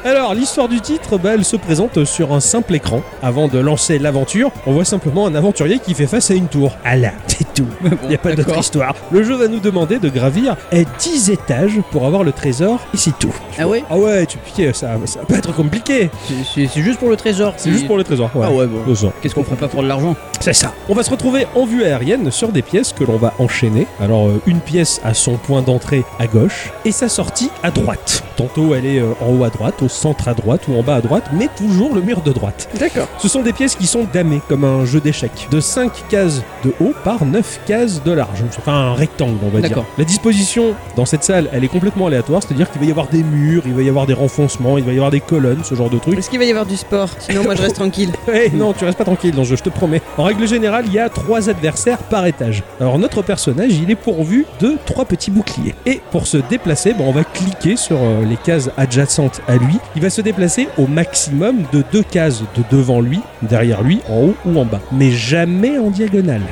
Alors, l'histoire du titre, bah, elle se présente sur un simple écran. Avant de lancer l'aventure, on voit simplement un aventurier qui fait face à une tour. Ah là, <laughs> c'est tout. Il n'y a pas d'autre d'accord. histoire. Le jeu va nous demander de gravir à 10 étages pour avoir le trésor, et c'est tout. Ah ouais Ah ouais, tu piques, ça, ça va pas être compliqué. C'est- C'est c'est juste pour le trésor. C'est juste pour le trésor. Ah ouais, bon. C'est ça. Qu'est-ce qu'on ferait pas pour de l'argent C'est ça. On va se retrouver en vue aérienne sur des pièces que l'on va enchaîner. Alors, euh, une pièce a son point d'entrée à gauche et sa sortie à droite. Tantôt, elle est euh, en haut à droite, au centre à droite ou en bas à droite, mais toujours le mur de droite. D'accord. Ce sont des pièces qui sont damées, comme un jeu d'échecs, de 5 cases de haut par 9 cases de large. Enfin, un rectangle, on va dire. D'accord. La disposition dans cette salle, elle est complètement aléatoire, c'est-à-dire qu'il va y avoir des murs, il va y avoir des renfoncements, il va y avoir des colonnes, ce genre de trucs. Est-ce qu'il va y avoir du sport Sinon, moi je reste tranquille. Hey, non, tu restes pas tranquille dans ce jeu, je te promets. En règle générale, il y a trois adversaires par étage. Alors notre personnage, il est pourvu de trois petits boucliers. Et pour se déplacer, bon, on va cliquer sur euh, les cases adjacentes à lui il va se déplacer au maximum de deux cases, de devant lui, derrière lui, en haut ou en bas, mais jamais en diagonale.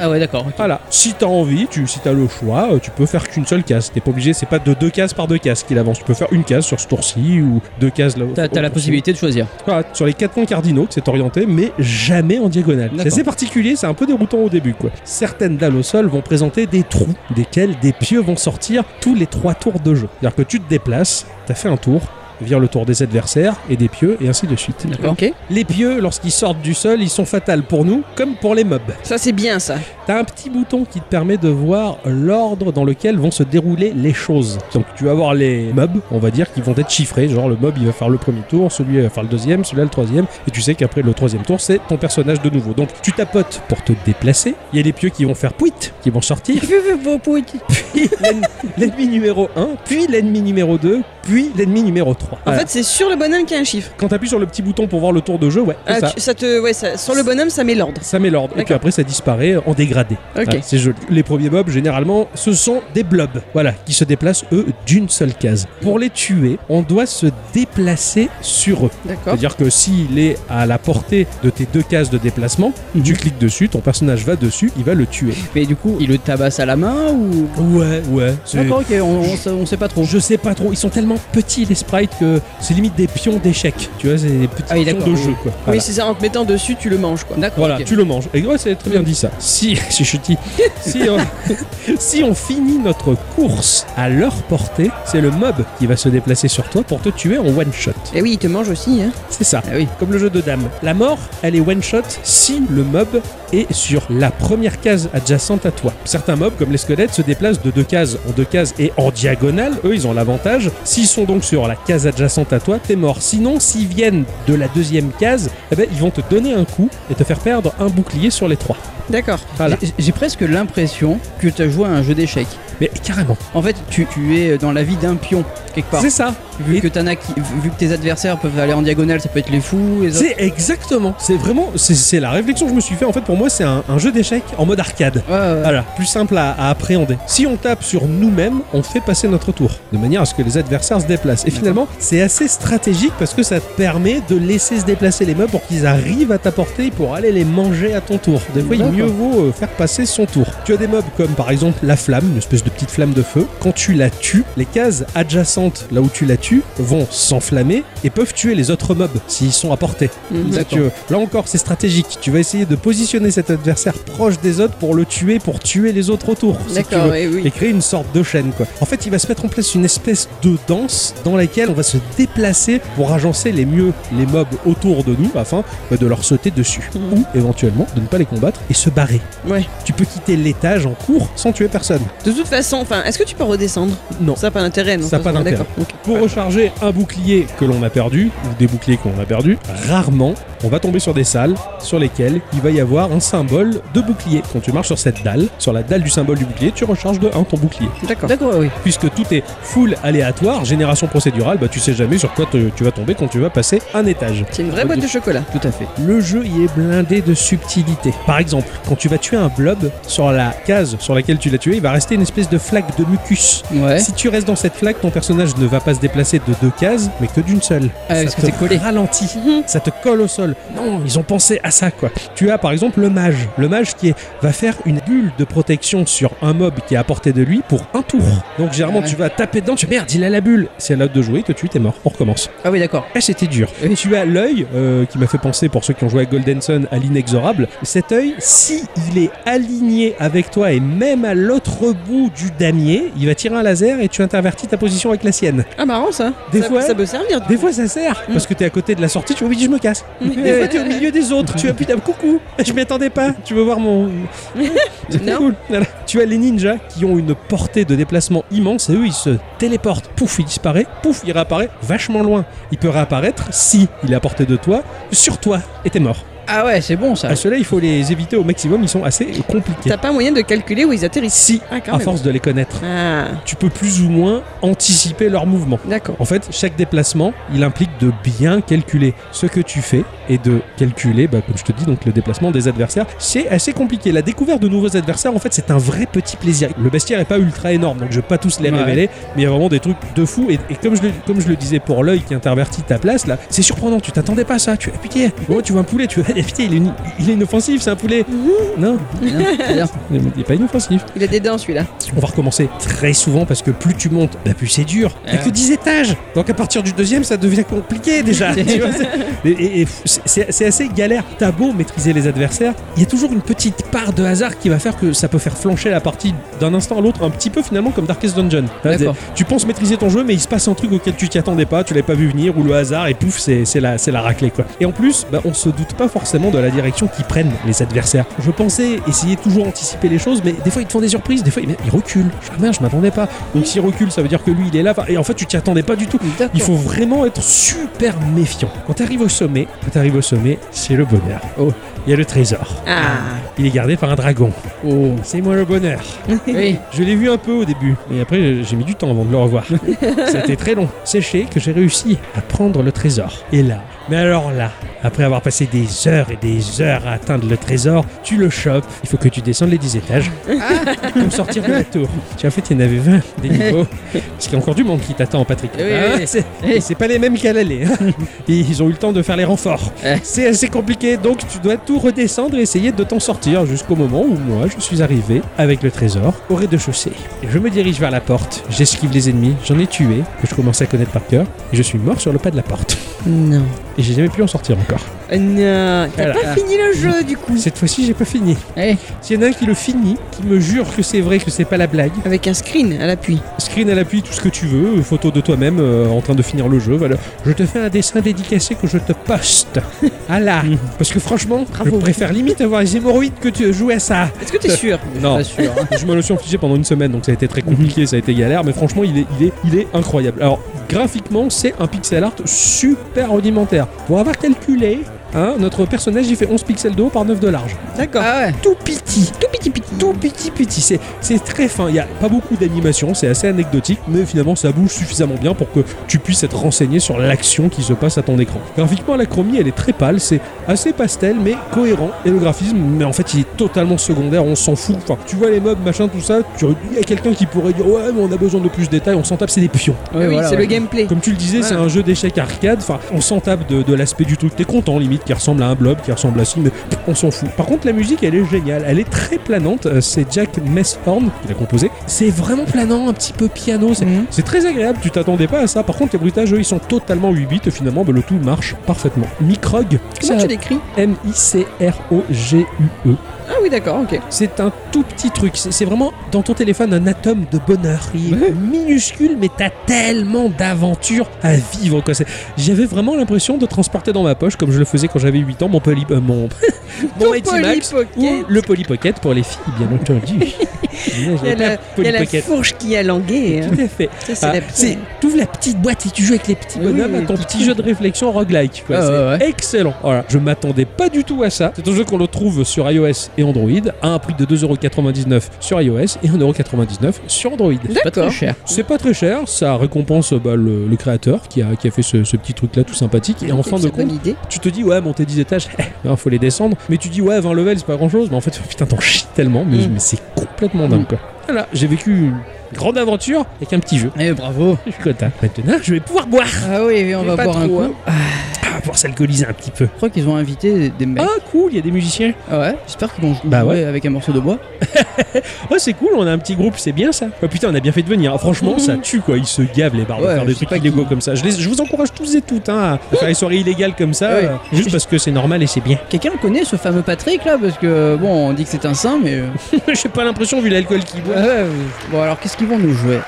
Ah ouais, d'accord. ok. Voilà, si t'as envie, tu, si t'as le choix, euh, tu peux faire qu'une seule case. T'es pas obligé, c'est pas de deux cases par deux cases qu'il avance. Tu peux faire une case sur ce tour-ci ou deux cases Oh, là. T'as t'as au- au la tour-ci. possibilité de choisir. Voilà, sur les quatre points cardinaux, c'est orienté, mais jamais en diagonale. C'est D'accord. assez particulier, c'est un peu déroutant au début. Quoi. Certaines dalles au sol vont présenter des trous, desquels des pieux vont sortir tous les trois tours de jeu. C'est-à-dire que tu te déplaces, t'as fait un tour, vient le tour des adversaires et des pieux, et ainsi de suite. D'accord. Ok. Les pieux, lorsqu'ils sortent du sol, ils sont fatals pour nous, comme pour les mobs. Ça, c'est bien ça. T'as un petit bouton qui te permet de voir l'ordre dans lequel vont se dérouler les choses. Donc tu vas voir les mobs, on va dire, qui vont être chiffrés. Genre le mob il va faire le premier tour, celui va faire le deuxième, celui-là le troisième. Et tu sais qu'après le troisième tour, c'est ton personnage de nouveau. Donc tu tapotes pour te déplacer. Il y a les pieux qui vont faire pouit, qui vont sortir. Puis l'en- <laughs> l'ennemi numéro 1, puis l'ennemi numéro 2, puis l'ennemi numéro 3. En fait, c'est sur le bonhomme qu'il y a un chiffre. quand t'appuies sur le petit bouton pour voir le tour de jeu, ouais, c'est Ah, ça. tu- ça te, ouais, ça- sur le bonhomme, ça met l'ordre. Ça met l'ordre. Et puis D'accord. après, ça disparaît en dégradé. Ok. Voilà, c'est joli. Les premiers mobs, généralement, ce sont des blobs. Voilà, qui se déplacent, eux, d'une seule case. Pour les tuer, on doit se déplacer sur eux. D'accord. C'est-à-dire que s'il est à la portée de tes deux cases de déplacement, tu cliques dessus, ton personnage va dessus, il va le tuer. Mais du coup, il le tabasse à la main ou. Ouais, ouais. D'accord, ok, on, on sait- on sait pas trop. Je sais pas trop, ils sont tellement petits les sprites que c'est limite des pions d'échecs. Tu vois, c'est des petits Ah oui, pions d'accord, de oui. jeu, quoi. Oui, Voilà. c'est ça. En te mettant dessus, tu le manges, quoi. D'accord. Voilà, ok. tu le manges. Et ouais, c'est très bien dit ça. Si, <laughs> si je dis, si on, <laughs> si on finit notre course à leur portée, c'est le mob qui va se déplacer sur toi pour te tuer en one shot. Et oui, il te mange aussi. Hein. C'est ça. Ah oui. Comme le jeu de dames. La mort, elle est one shot si le mob est sur la première case adjacente à toi. Certains mobs, comme les squelettes, se déplacent de deux cases en deux cases et en diagonale. Eux, ils ont l'avantage. S'ils sont donc sur la case adjacente à toi, t'es mort. Sinon, s'ils viennent de la deuxième case, eh ben, ils vont te donner un coup et te faire perdre un bouclier sur les trois. D'accord. Voilà. J'ai- J'ai presque l'impression que tu as joué à un jeu d'échecs. Mais carrément. En fait, tu, tu es dans la vie d'un pion, quelque part. C'est ça. Vu Et- que, t'en as qui- vu que tes adversaires peuvent aller en diagonale, ça peut être les fous, les autres. C'est exactement. C'est vraiment. C'est c'est la réflexion que je me suis fait. En fait, pour moi, c'est un- un jeu d'échecs en mode arcade. Ouais, ouais. Voilà, Euh, plus simple à, à appréhender. Si on tape sur nous-mêmes, on fait passer notre tour, de manière à ce que les adversaires se déplacent. Et finalement, c'est assez stratégique parce que ça te permet de laisser se déplacer les mobs pour qu'ils arrivent à ta portée pour aller les manger à ton tour. Des fois, il D'accord. mieux vaut euh, faire passer son tour. Tu as des mobs comme par exemple la flamme, une espèce de petite flamme de feu. Quand tu la tues, les cases adjacentes là où tu la tues vont s'enflammer et peuvent tuer les autres mobs s'ils sont à portée. Mhm. Si tu veux. Là encore, c'est stratégique. Tu vas essayer de positionner cet adversaire proche des autres pour le tuer, pour tuer les autres autour. si tu D'accord. veux. ouais, oui. Et créer une sorte de chaîne, quoi. En fait, il va se mettre en place une espèce de danse dans laquelle on va se déplacer pour agencer les mieux les mobs autour de nous afin bah, de leur sauter dessus. Ou éventuellement de ne pas les combattre et se barrer. Mhm. Ouais. Tu peux quitter l'étage en cours sans tuer personne. De toute façon, enfin, est-ce que tu peux redescendre Non. Ça n'a pas d'intérêt. non, Ça n'a pas façon. d'intérêt. D'accord. ok. Pour recharger un bouclier que l'on a perdu, ou des boucliers que l'on a perdu, rarement on va tomber sur des salles sur lesquelles il va y avoir un symbole de bouclier. Quand tu marches sur cette dalle, sur la dalle du symbole du bouclier, tu recharges de 1 ton bouclier. D'accord. D'accord, oui. Puisque tout est full aléatoire, génération procédurale, bah tu sais jamais sur quoi te- tu vas tomber quand tu vas passer un étage. C'est une vraie boîte de chocolat. Tout à fait. Le jeu y est blindé de subtilité. Par exemple, quand tu vas tuer un blob, sur la case sur laquelle tu l'as tué, il va rester une espèce de flaque de mucus. Ouais. Si tu restes dans cette flaque, ton personnage ne va pas se déplacer de deux cases, mais que d'une seule. Ah, ça parce que te t'es collé. Mhm. ralentit, ça te colle au sol. Non, ils ont pensé à ça, quoi. Tu as par exemple le mage. Le mage qui est- va faire une bulle de protection sur un mob qui est à portée de lui pour un tour. Donc généralement, Ah Ouais. tu vas taper dedans, tu fais, merde, il a la bulle. C'est à l'heure de jouer, il te tue, t'es mort. On recommence. Ah oui, d'accord. Ah, c'était dur. Et tu as l'œil euh, qui m'a fait penser, pour ceux qui ont joué à Golden Sun, à l'inexorable. Cet œil, si il est aligné avec toi et même à l'autre bout du damier, il va tirer un laser et tu intervertis ta position avec la sienne. Ah, marrant ça. Des ça, fois- ça peut servir. Des fois, ça sert Mm. parce que t'es à côté de la sortie, tu oublies, je me casse. Oui. Des fois, t'es au milieu des autres, tu as putain, <laughs> coucou, je m'y attendais pas, tu veux voir mon. C'est Non. cool. Voilà. Tu as les ninjas qui ont une portée de déplacement immense et eux, ils se téléportent. Pouf, il disparaît, pouf, il réapparaît vachement loin. Il peut réapparaître si il est à portée de toi, sur toi, et t'es mort. Ah ouais, c'est bon ça. À ceux-là, il faut les éviter au maximum, ils sont assez compliqués. T'as pas moyen de calculer où ils atterrissent Si, Ah, quand à même. force de les connaître, Ah, tu peux plus ou moins anticiper leurs mouvements. d'accord. En fait, chaque déplacement, il implique de bien calculer ce que tu fais et de calculer, bah, comme je te dis, donc le déplacement des adversaires. C'est assez compliqué. La découverte de nouveaux adversaires, en fait, c'est un vrai petit plaisir. Le bestiaire est pas ultra énorme, donc je vais pas tous les Ouais. révéler, mais il y a vraiment des trucs de fou. Et, et comme, je le, comme je le disais pour l'œil qui intervertit ta place, là, c'est surprenant. Tu t'attendais pas à ça. Tu ah, putain, oh, tu vois un poulet, tu <laughs> ah, putain, il est, une- il est inoffensif, c'est un poulet. non, <laughs> Hein, il est pas inoffensif. Il a des dents celui-là. On va recommencer très souvent parce que plus tu montes, bah plus c'est dur. T'as que 10 étages. Donc à partir du deuxième, ça devient compliqué déjà. tu vois, c'est- et- et- et c'est- c'est c'est assez galère. T'as beau maîtriser les adversaires, il y a toujours une petite part de hasard qui va faire que ça peut faire flancher la partie d'un instant à l'autre, un petit peu finalement comme Darkest Dungeon. D'accord. Tu penses maîtriser ton jeu, mais il se passe un truc auquel tu t'y attendais pas, tu l'avais pas vu venir, ou le hasard, et pouf, c'est c'est la, c'est la raclée, quoi. Et en plus, bah, on se doute pas forcément de la direction qu'ils prennent, les adversaires. Je pensais essayer toujours anticiper les choses, mais des fois, ils te font des surprises, des fois, ils, ils reculent. Je fais, Ah, merde, je m'attendais pas. Donc s'il recule, ça veut dire que lui, il est là, Enfin, et en fait, tu t'y attendais pas du tout. D'accord. Il faut vraiment être super méfiant. Quand t'arrives au sommet, quand t'arrives au sommet, c'est le bonheur. Oh, il y a le trésor. Ah, Il est gardé par un dragon. Oh. C'est moi le bonheur. Oui. Je l'ai vu un peu au début, et après j'ai mis du temps avant de le revoir. C'était très long. Sachez que j'ai réussi à prendre le trésor. Et là, mais alors là, après avoir passé des heures et des heures à atteindre le trésor, tu le chopes. Il faut que tu descendes les 10 étages pour sortir de la tour. Tu en fait, il y en avait 20 <laughs> des niveaux. Parce qu'il y a encore du monde qui t'attend, Patrick. Ah, Oui, oui, oui. c'est- Oui. C'est pas les mêmes qu'à <laughs> l'aller. hein. Et Ils ont eu le temps de faire les renforts. Eh. C'est assez compliqué, donc tu dois tout redescendre et essayer de t'en sortir jusqu'au moment où moi je suis arrivé avec le trésor au rez-de-chaussée. Et Je me dirige vers la porte, j'esquive les ennemis, j'en ai tué, que je commençais à connaître par cœur, et je suis mort sur le pas de la porte. non. Et j'ai jamais pu en sortir encore. Euh, Non, t'as Voilà. pas fini le jeu du coup. Cette fois-ci, j'ai pas fini. Eh. S'il y en a un qui le finit, qui me jure que c'est vrai, que c'est pas la blague, Avec un screen à l'appui. screen à l'appui, tout ce que tu veux, euh, photo de toi-même euh, en train de finir le jeu. Voilà. Je te fais un dessin dédicacé que je te poste. <laughs> Ah là Parce que franchement, Bravo. je préfère limite avoir les hémorroïdes que tu jouer à ça. Est-ce que <laughs> t'es sûr Non. Pas sûr. <laughs> hein. Je me le suis infligé pendant une semaine, donc ça a été très compliqué, ça a été galère, mais franchement, il est, il est, il est incroyable. Alors, graphiquement, c'est un pixel art super rudimentaire. Pour avoir calculé, hein, notre personnage, il fait 11 pixels de haut par 9 de large D'accord. Ah ouais. tout petit, tout petit petit, tout petit petit. C'est, c'est très fin. Il n'y a pas beaucoup d'animation, c'est assez anecdotique, mais finalement ça bouge suffisamment bien pour que tu puisses être renseigné sur l'action qui se passe à ton écran. Graphiquement, la chromie elle est très pâle, c'est assez pastel mais cohérent. Et le graphisme, mais en fait il est totalement secondaire, on s'en fout. Enfin, tu vois les mobs, machin, tout ça. tu- Il y a quelqu'un qui pourrait dire ouais, mais on a besoin de plus de détails, on s'en tape, c'est des pions. Ah oui, c'est le gameplay. Comme tu le disais, c'est un jeu d'échecs arcade. Enfin, on s'en tape de, de l'aspect du truc. T'es content, limite, qui ressemble à un blob, qui ressemble à ci, mais pff, on s'en fout. Par contre, la musique, elle est géniale. Elle est très planante. Euh, C'est Jack Messhorn qui l'a composé. C'est vraiment planant, un petit peu piano. Mmh. C'est Mhm. c'est très agréable. Tu t'attendais pas à ça. Par contre, les bruitages, eux, ils sont totalement 8 bits. Et finalement, bah, le tout marche parfaitement. Microg, Comment tu l'écris M-I-C-R-O-G-U-E. Ah oui, d'accord, ok. C'est un tout petit truc. C'est c'est vraiment dans ton téléphone un atome de bonheur. Il est minuscule, mais t'as tellement d'aventures à vivre. quoi. C'est- J'avais vraiment l'impression de transporter dans ma poche, comme je le faisais quand j'avais 8 ans, mon poly, euh, mon, <laughs> mon Ton Mighty Max Polly Pocket. ou le Polly Pocket pour les filles, bien entendu. <laughs> Il y a la, il y a la fourche qui a langué. hein. <laughs> Tout à fait. Ah, c'est- T'ouvres la petite boîte et tu joues avec les petits Oui, bonhommes oui, à ton tout petit jeu de réflexion roguelike. quoi. Ah, c'est ouais, ouais. excellent. Voilà. Je m'attendais pas du tout à ça. C'est un jeu qu'on le trouve sur iOS et Android à un prix de 2,99€ sur iOS et 1,99€ sur Android. Pas D'accord. trop cher. C'est pas très cher, ça récompense bah, le, le créateur qui a, qui a fait ce, ce petit truc là tout sympathique. Et en fin de compte, bonne idée. tu te dis ouais monter 10 étages <laughs> il faut les descendre mais tu dis ouais 20 levels c'est pas grand chose mais en fait <laughs> putain t'en chies tellement mais, Mm. mais c'est complètement dingue Mm. quoi voilà j'ai vécu une grande aventure avec un petit jeu Eh <laughs> bravo. je suis content maintenant je vais pouvoir boire Ah oui, oui, on Mais va pas boire un trop, coup. hein. ah, pour s'alcooliser un petit peu Je crois qu'ils ont invité des mecs. ah cool il y a des musiciens Ah ouais. J'espère qu'ils vont jouer Bah ouais. avec un morceau de bois. oh c'est cool on a un petit groupe c'est bien ça oh putain on a bien fait de venir Ah, franchement ça tue quoi ils se gavent les bars de Mmh. Ouais, faire des je sais trucs pas illégaux qui- comme ça je, les- je vous encourage tous et toutes hein, à faire des soirées illégales comme ça Ouais. euh, juste parce que c'est normal et c'est bien <laughs> Quelqu'un le connaît ce fameux Patrick là parce que bon, on dit que c'est un saint, mais. euh, j'ai pas l'impression vu l'alcool qui boit ouais, ouais, ouais. Bon alors qu'est-ce qu'ils vont nous jouer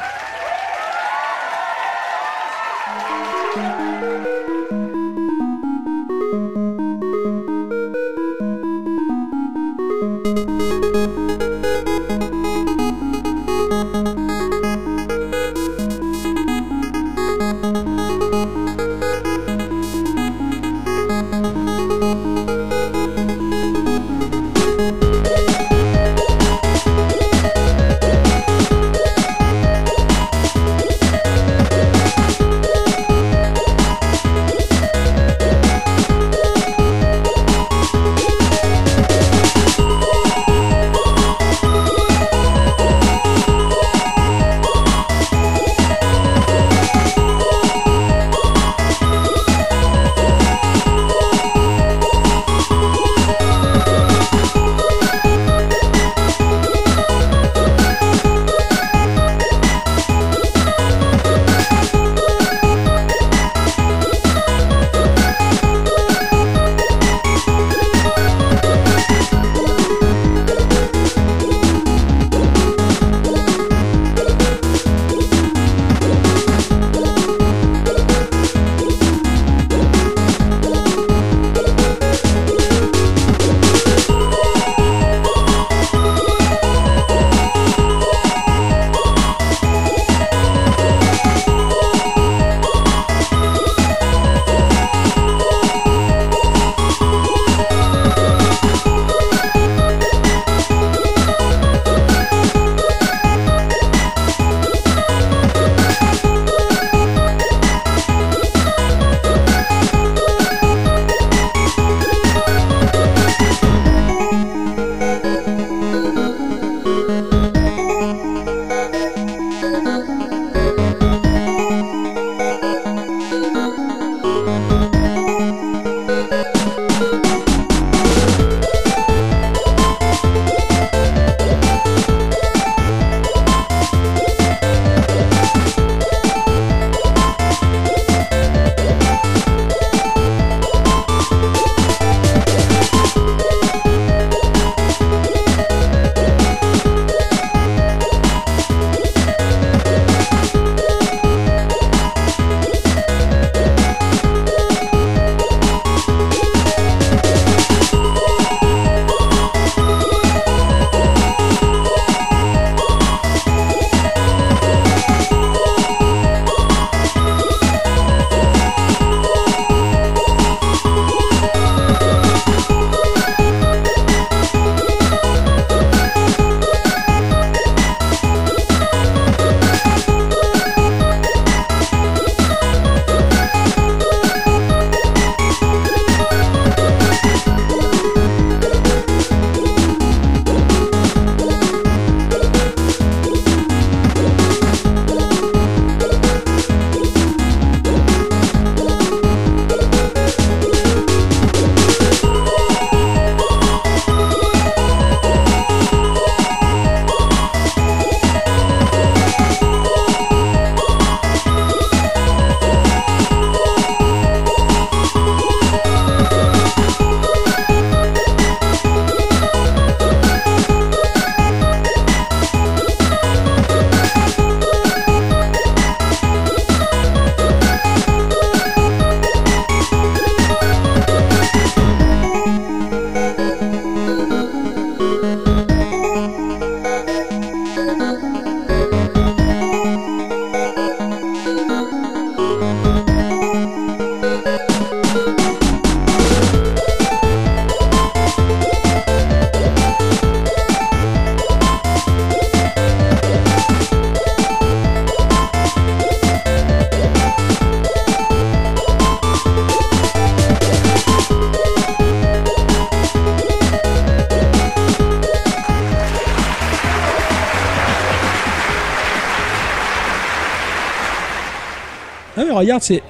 Ah mais regarde, c'est...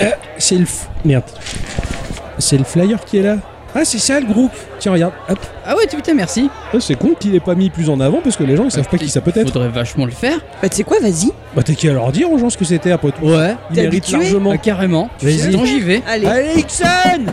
euh, c'est le... f- Merde. C'est le flyer qui est là. Ah c'est ça le groupe. Tiens, regarde. Hop. Ah ouais, putain, merci. Euh, Ah, c'est con qu'il n'ait pas mis plus en avant parce que les gens ils savent pas qui ça peut être. Ah, Faudrait vachement le faire. Bah, tu sais quoi, vas-y. Bah t'as qu'à leur dire aux gens ce que c'était après tout. Ouais. Ils T'es méritent habitué largement. Ah, carrément. Vas-y. Attends, j'y vais. Allez. Ah, Allez, Ixon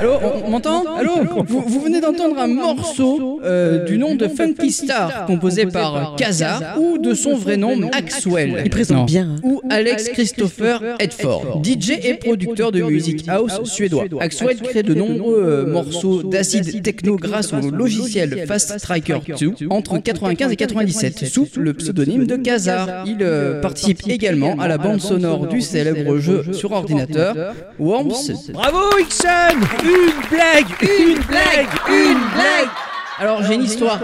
Allô, on on m'entend Allô vous, vous venez d'entendre un morceau euh, du nom de Funky Star, composé par Kazar, ou de son vrai nom Maxwell. Il présente Non. bien. hein. Ou Alex Christopher Edford, DJ et producteur de musique house suédois. Axwell crée de nombreux euh, morceaux d'acide techno grâce au logiciel Fast Striker 2 entre 95 et 97 sous le pseudonyme de Kazar. Il euh, participe également à la bande sonore du célèbre jeu sur ordinateur Worms. Bravo Ixon Une blague Une Blague, une blague. Alors j'ai une histoire.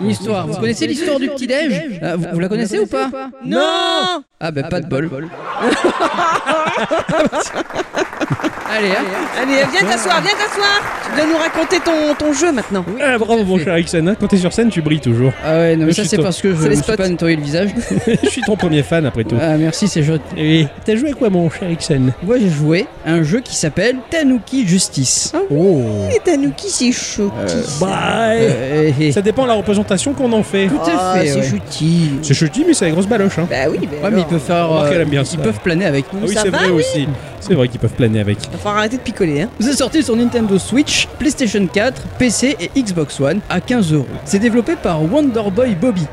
Une histoire. Vous connaissez l'histoire du petit déj Ah, vous, vous la connaissez ou pas Non Ah bah pas de bol. <laughs> Allez, hein. Allez, viens t'asseoir, viens t'asseoir. Tu dois nous raconter ton, ton jeu maintenant. Ah bravo mon cher Ixon, hein, quand t'es sur scène tu brilles toujours. <laughs> Ah ouais, non, mais Je ça suis c'est top. parce que je C'est ne les suis spots. pas nettoyé le visage. Je suis ton premier fan après tout. <laughs> Ah merci, c'est joli. Et t'as joué à quoi mon cher Ixon Moi j'ai joué à un jeu qui s'appelle Tanuki Justice. Oh Et Tanuki, c'est chouki. Bah Euh, eh, eh. Ça dépend de la représentation qu'on en fait. tout à fait. ouais. chouti. C'est chouti mais c'est la grosse baloche hein. Ah. Bah oui, bah Ouais, mais ils peuvent faire. Remarque, euh, elle aime bien ils ça. peuvent planer avec Ah nous. oui ça c'est va, vrai aussi. C'est vrai qu'ils peuvent planer avec. Il va falloir arrêter de picoler. Hein. C'est sorti sur Nintendo Switch, PlayStation 4, PC et Xbox One à 15 euros. C'est développé par Wonderboy <laughs> Bobby.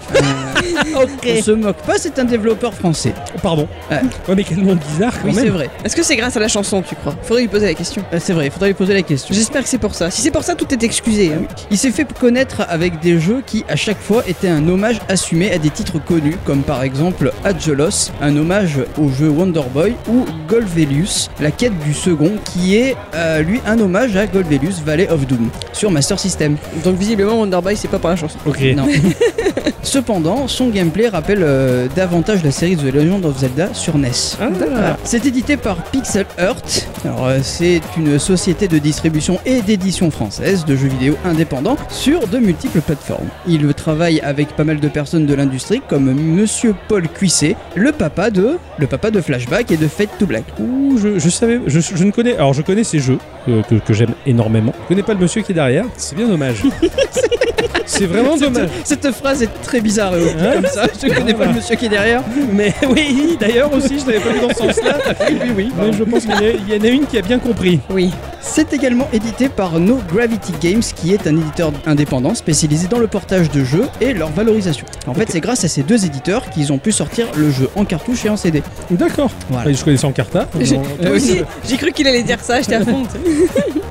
On se moque pas, c'est un développeur français. Oh, Pardon. Ouais. Ouais mais quel nom bizarre quand Oui, c'est même. vrai. Est-ce que c'est grâce à la chanson, tu crois Faudrait lui poser la question. Euh, C'est vrai, il faudrait lui poser la question. J'espère que c'est pour ça. Si c'est pour ça, tout est excusé. hein. Il s'est fait connaître avec des jeux qui, à chaque fois, étaient un hommage assumé à des titres connus, comme par exemple Adgelos, un hommage au jeu Wonder Boy, ou Golvelius, la quête du second, qui est, euh, lui, un hommage à Golvelius Valley of Doom, sur Master System. Donc visiblement, Wonderboy, c'est pas pour la chanson. Ok. Non. <laughs> Cependant, son gameplay rappelle euh, davantage la série The Legend of Zelda sur NES. Ah, Voilà. C'est édité par Pixel Heart. Alors, euh, c'est une société de distribution et d'édition française de jeux vidéo indépendants sur de multiples plateformes. Il travaille avec pas mal de personnes de l'industrie comme Monsieur Paul Cuisset, le papa de le papa de Flashback et de Fate to Black. Ouh, je, je savais, je, je ne connais, alors je connais ces jeux euh, que, que j'aime énormément. Je connais pas le monsieur qui est derrière, c'est <laughs> bien dommage. c'est vraiment dommage. Cette phrase est très bizarre. euh, Hein comme ça, je connais pas le monsieur qui est derrière. <laughs> Mais oui, d'ailleurs aussi, je l'avais pas vu dans ce sens-là. Oui, oui, oui. Mais je pense qu'il y, a- il y en a une qui a bien compris. Oui. C'est également édité par No Gravity Games, qui est un éditeur indépendant spécialisé dans le portage de jeux et leur valorisation. En fait, c'est grâce à ces deux éditeurs qu'ils ont pu sortir le jeu en cartouche et en CD. D'accord. Voilà. Ouais, Je connaissais en carta. J'ai Euh, aussi- j'ai cru qu'il allait dire ça, j'étais <laughs> à fond.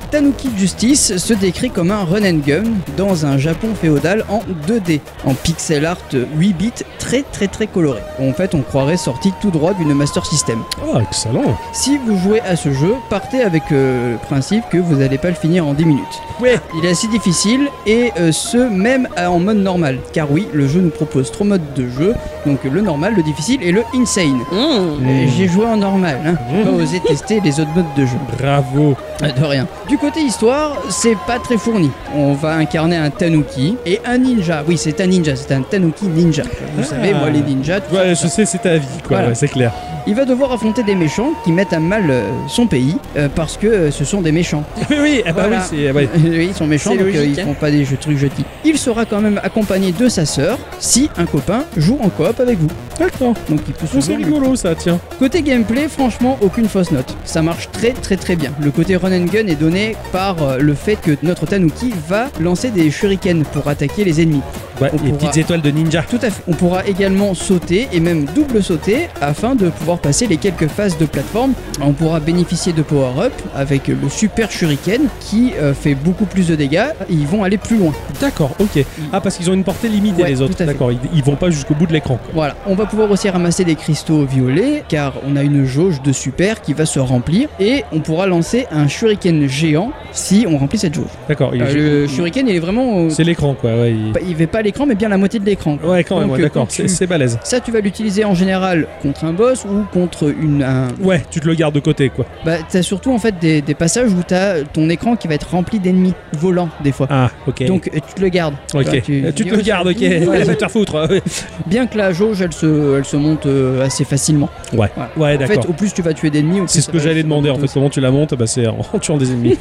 Tanuki Justice se décrit comme un run and gun dans un Japon féodal en 2D, en pixel art 8 bits très très très coloré. En fait, on croirait sorti tout droit d'une Master System. Ah, excellent. Si vous jouez à ce jeu, partez avec euh, le principe que vous n'allez pas le finir en 10 minutes. Ouais. Il est assez difficile et euh, ce même à- en mode normal. Car oui, le jeu nous propose trois modes de jeu, donc le normal, le difficile et le insane. Mmh. Euh, J'ai joué en normal, hein. J'ai pas osé tester les autres modes de jeu. Bravo. Ah, De rien. Du côté histoire, c'est pas très fourni. On va incarner un tanuki et un ninja. Oui, c'est un ninja, c'est un tanuki ninja. Vous Ah. savez, moi les ninjas, tout Ouais, je sais, c'est ta vie, quoi. Voilà. ouais, c'est clair. il va devoir affronter des méchants qui mettent à mal euh, son pays euh, parce que euh, ce sont des méchants. <laughs> Oui, oui. Ah bah Voilà. oui, c'est. ah bah oui. <laughs> Oui, ils sont méchants, C'est donc euh, logique, ils hein. font pas des jeux trucs jetis. Il sera quand même accompagné de sa sœur si un copain joue en coop avec vous. D'accord. Donc il peut Oh, se C'est rigolo, ça. Tiens. Côté gameplay, franchement, aucune fausse note. Ça marche très très très bien. Le côté run and gun est donné par euh, le fait que notre Tanuki va lancer des shurikens pour attaquer les ennemis. Ouais, On pourra- les Bah, petites étoiles de ninja. Tout à fait. On pourra également sauter et même double sauter afin de pouvoir passer les quelques phases de plateforme. On pourra bénéficier de power-up avec le super shuriken qui euh, fait beaucoup plus de dégâts. Et ils vont aller plus loin. D'accord. Ok. Ah, parce qu'ils ont une portée limitée Ouais, les autres. tout à fait. D'accord. Ils, ils vont pas jusqu'au bout de l'écran. quoi. Voilà, on va pouvoir aussi ramasser des cristaux violets car on a une jauge de super qui va se remplir et on pourra lancer un shuriken géant si on remplit cette jauge. D'accord. il- Euh, le shuriken il est vraiment... euh, C'est l'écran, quoi. Ouais. il- pas- il ne va pas l'écran, mais bien la moitié de l'écran. Ouais, Bah, quand même, Donc, ouais, euh, d'accord, quand c'est tu- c'est balèze. Ça, tu vas l'utiliser en général contre un boss ou contre une. un- Ouais, tu te le gardes de côté, quoi. Bah, t'as surtout en fait des, des passages où t'as ton écran qui va être rempli d'ennemis volants des fois. Ah, ok. Donc euh, tu te le gardes. ok. Toi, tu, tu te le gardes, ok. Ouais, <laughs> va te faire foutre. ouais. Bien que la jauge, elle se, elle se monte euh, assez facilement. Ouais, Voilà. ouais, En fait, d'accord. au plus tu vas tuer d'ennemis, au plus c'est ça ce que va j'allais se demander en monter fait. Comment tu la montes Bah, c'est en <laughs> en tuant <laughs> des ennemis.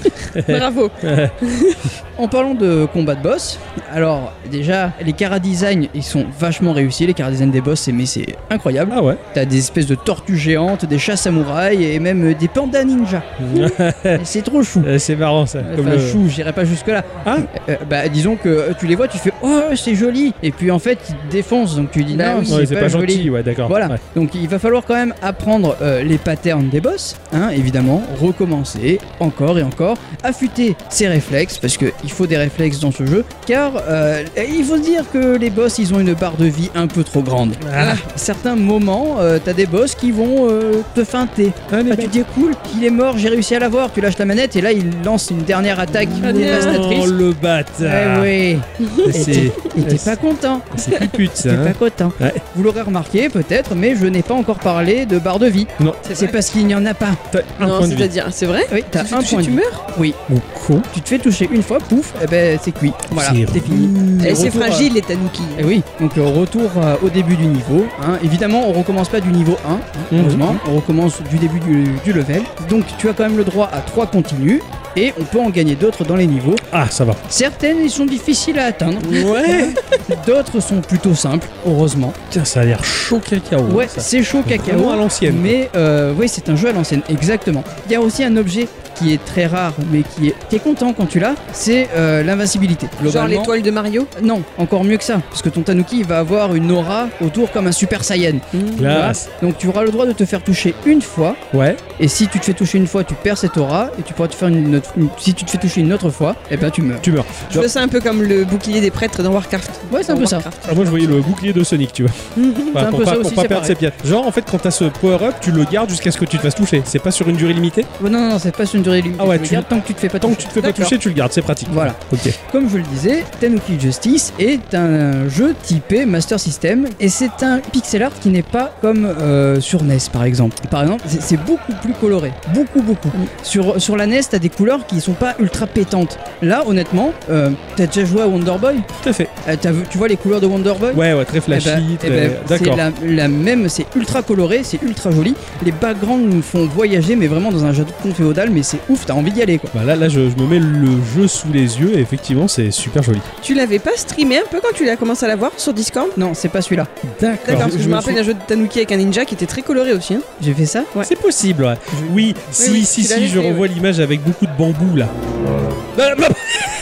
Bravo. En parlant de combat de boss, alors déjà les cara design ils sont vachement réussis, les cara design des boss c'est mais c'est incroyable. Ah ouais. T'as des espèces de tortues géantes, des chats samouraïs et même euh, des pandas <laughs> ninja. Et c'est trop chou. <laughs> Euh, c'est marrant ça. Comme Enfin, le- chou, j'irai pas jusque là. Ah. bah disons que euh, tu les vois, tu fais oh c'est joli et puis en fait ils te défoncent donc tu dis Bah non, oui. Ouais, c'est pas, joli. gentil, ouais, d'accord. Voilà, Ouais. donc il va falloir quand même apprendre euh, les patterns des boss, hein, évidemment, recommencer encore et encore, affûter ses réflexes, parce qu'il faut des réflexes dans ce jeu, car euh, il faut se dire que les boss, ils ont une barre de vie un peu trop grande. Ah. Certains moments, euh, t'as des boss qui vont euh, te feinter. Allez, Ah, tu te dis cool, il est mort, j'ai réussi à l'avoir, tu lâches la manette et là il lance une dernière attaque Ah, dévastatrice. Oh le Eh bâtard. oui, C'est il était pas content. <laughs> c'est plus pute ça. T'es pas hein. cotin. Ouais. Vous l'aurez remarqué peut-être, mais je n'ai pas encore parlé de barre de vie. Non. C'est C'est vrai. parce qu'il n'y en a pas. T'as un non, point de vie. c'est-à-dire, c'est vrai Oui, t'as Tu- un tu- point de Tu vie. meurs Oui, Mon con. tu te fais toucher une fois, pouf, et ben c'est cuit. Voilà, C'est c'est fini. Et Eh, c'est retour, fragile, les tanuki. Et oui, donc euh, retour euh, au début du niveau. hein. Évidemment, on recommence pas du niveau 1, hein, Mhm. heureusement. On recommence du début du, du level. Donc tu as quand même le droit à 3 continues. Et on peut en gagner d'autres dans les niveaux. Ah, ça va. Certaines, ils sont difficiles à atteindre. <laughs> Ouais. D'autres sont plutôt simples, heureusement. Putain, ça a l'air chaud cacao. hein, Ouais, Oh, ça. c'est chaud cacao. hein. Vraiment à l'ancienne. Mais euh, oui, c'est un jeu à l'ancienne, exactement. Il y a aussi un objet qui est très rare, mais qui est t'es content quand tu l'as, c'est euh, l'invincibilité. Genre Globalement- l'étoile de Mario Non, encore mieux que ça, parce que ton Tanuki il va avoir une aura autour comme un Super Saiyan. Hum. Classe. Donc tu auras le droit de te faire toucher une fois, Ouais. et si tu te fais toucher une fois, tu perds cette aura, et tu pourras te faire une autre. une- si tu te fais toucher une autre fois, et ben tu meurs. Tu meurs. Je vois ça un peu comme le bouclier des prêtres dans Warcraft. Ouais, c'est un Dans peu ça. Warcraft. Ah, moi, je voyais le bouclier de <laughs> Sonic, tu vois. Enfin, un pour peu pas, ça pour aussi, pas c'est perdre pareil. ses pièces. Genre, en fait, quand t'as ce power-up, tu le gardes jusqu'à ce que tu te fasses toucher. C'est pas sur une durée limitée Oh, non, non, non, c'est pas sur une durée limitée. Ah ouais, tu le tu- gardes tant que tu te fais pas Tant toucher. que tu te fais pas D'accord. toucher, tu le gardes. C'est pratique. Voilà. Ok. Comme je vous le disais, Tanuki Justice est un jeu typé Master System et c'est un pixel art qui n'est pas comme euh, sur NES par exemple. Par exemple, c'est c'est beaucoup plus coloré, beaucoup beaucoup. Mm. Sur, sur la NES, t'as des couleurs qui sont pas ultra pétantes. Là, honnêtement, euh, t'as déjà joué à Wonder Boy Tout à fait. Euh, t'as vu- Tu vois les couleurs de Wonder Boy Ouais, ouais, très Eh flashy. ben- eh très- ben, c'est D'accord. la, la même, c'est ultra coloré, c'est ultra joli. Les backgrounds nous font voyager, mais vraiment dans un jardin féodal, mais c'est ouf, t'as envie d'y aller quoi. Bah là, là je, je me mets le jeu sous les yeux et effectivement, c'est super joli. Tu l'avais pas streamé un peu quand tu as commencé à l'avoir sur Discord Non, c'est pas celui-là. D'accord, Alors, parce que je- je je me me rappelle d'un jeu de Tanuki avec un ninja qui était très coloré aussi. hein. J'ai fait ça Ouais. C'est possible, ouais. Oui, si, oui, si, tu l'avais si, je fait, revois l'image avec beaucoup de bambou là. Ah, <laughs> bah, <laughs>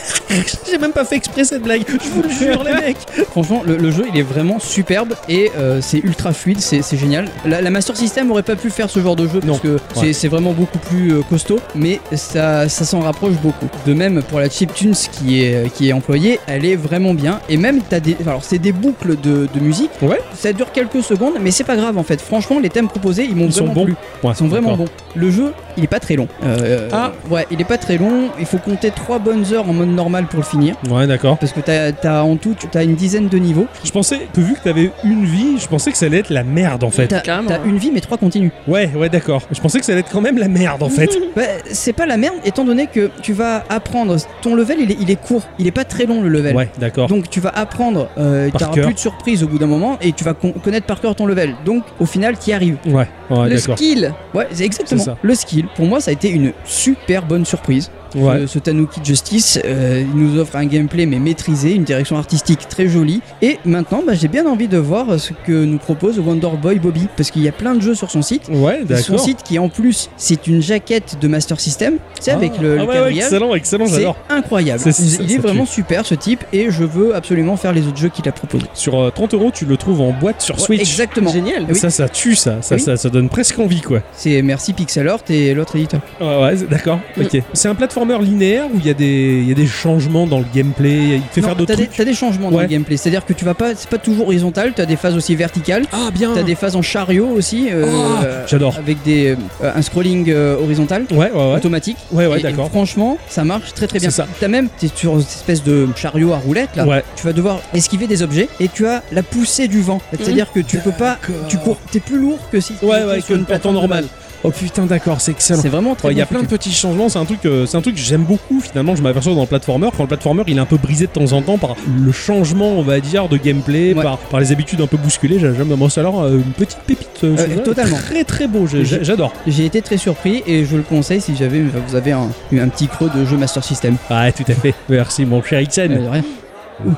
J'ai même pas fait exprès cette blague, je vous le <laughs> jure, les mecs. Franchement, le, le jeu il est vraiment superbe et euh, c'est ultra fluide, c'est c'est génial. La, la Master System aurait pas pu faire ce genre de jeu Non. parce que c'est- Ouais. c'est vraiment beaucoup plus euh, costaud, mais ça, ça s'en rapproche beaucoup. De même pour la chiptunes qui est, qui est employée, elle est vraiment bien. Et même, t'as des. Alors, c'est des boucles de, de musique. Ouais. Ça dure quelques secondes, mais c'est pas grave en fait. Franchement, les thèmes proposés ils m'ont Ils sont vraiment bons. plu. Ouais, Ils sont vraiment d'accord. bons. Le jeu, il est pas très long. Euh, Ah. Ouais, il est pas très long. Il faut compter 3 bonnes heures en mode normal pour le finir. Ouais, d'accord. Parce que t'as as en tout, tu as une dizaine de niveaux. Je pensais que vu que t'avais une vie, je pensais que ça allait être la merde en fait. hein. T'as Ah, Carrément. t'as une vie mais trois continues. Ouais, ouais, d'accord. Je pensais que ça allait être quand même la merde en fait. Bah, c'est pas la merde étant donné que tu vas apprendre. Ton level il est, il est court, il est pas très long le level. Ouais, d'accord. Donc tu vas apprendre, euh, Par t'auras cœur. plus de surprise au bout d'un moment et tu vas con- connaître par cœur ton level. Donc au final t'y arrives. Ouais, ouais, le d'accord. skill. Ouais, c'est exactement C'est ça. le skill. Pour moi ça a été une super bonne surprise. Ouais. Euh, Ce, ce Tanuki Justice, euh, il nous offre un gameplay mais maîtrisé, une direction artistique très jolie. Et maintenant bah, j'ai bien envie de voir ce que nous propose Wonder Boy Bobby parce qu'il y a plein de jeux sur son site. Ouais, son d'accord. site qui en plus c'est une jaquette de Master System c'est Ah. avec le, Ah le ouais, ouais, quadrillage. excellent, excellent, c'est j'adore. incroyable C'est- c'est- il ça est tue. vraiment super ce type et je veux absolument faire les autres jeux qu'il a proposés Sur euh, 30 euros, tu le trouves en boîte sur Ouais, Switch. exactement Génial. Oui. Ça, ça tue, ça. Ça, Oui. ça, ça donne presque envie, quoi. c'est merci Pixel Art et l'autre éditeur Ouais, ouais, c'est- d'accord. Ok. C'est un platformer linéaire où il y, a des- il y a des changements dans le gameplay, il te fait Non, faire d'autres t'as des, trucs. t'as des changements dans Ouais. le gameplay, c'est-à-dire que tu vas pas, c'est pas toujours horizontal, t'as des phases aussi verticales, Ah bien t'as des phases en chariot aussi, euh, Ah, euh, J'adore. avec des, euh, un scrolling euh, horizontal, Ouais, ouais, ouais. automatique. Ouais, ouais, Et- et d'accord. franchement, ça marche très très bien. C'est ça. T'as même, t'es sur cette espèce de chariot à roulette là. Ouais. Tu vas devoir esquiver des objets et tu as la poussée du vent. C'est-à-dire que tu peux pas, tu cours, t'es plus lourd que si. tu Mmh. Ouais, étais ouais, sur que une plateforme normale. Oh putain, d'accord, c'est excellent. C'est vraiment très. Ouais, Il y a bien plein de foutu. petits changements, c'est un truc, euh, c'est un truc que j'aime beaucoup finalement. Je m'aperçois dans le platformer, quand le platformer il est un peu brisé de temps en temps par le changement, on va dire, de gameplay, Ouais. par, par les habitudes un peu bousculées. J'a- J'aime moi, c'est alors euh, une petite pépite. euh, Euh, celui-là. totalement. Très très beau, j'ai- Je- j'adore. J'ai été très surpris et je le conseille si jamais vous avez un, un petit creux de jeu Master System. Ah, tout à fait. Merci mon cher Euh, Ixen. de rien.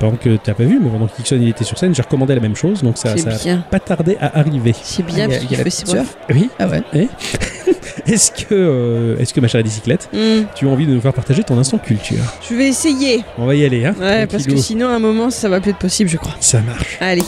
Pendant que t'as pas vu, mais pendant qu'Ixen il était sur scène, j'ai recommandé la même chose, donc ça, C'est ça a bien. pas tardé à arriver. C'est bien Il y a- parce il y a qu'il la fait ses petite preuves. sœur. Oui. Ah ouais. Est-ce que, euh, est-ce que ma chère bicyclette, Hmm, tu as envie de nous faire partager ton instant culture Je vais essayer. On va y aller, hein Ouais, parce que tranquillou. sinon, à un moment, ça va plus être possible, je crois. ça marche. Allez.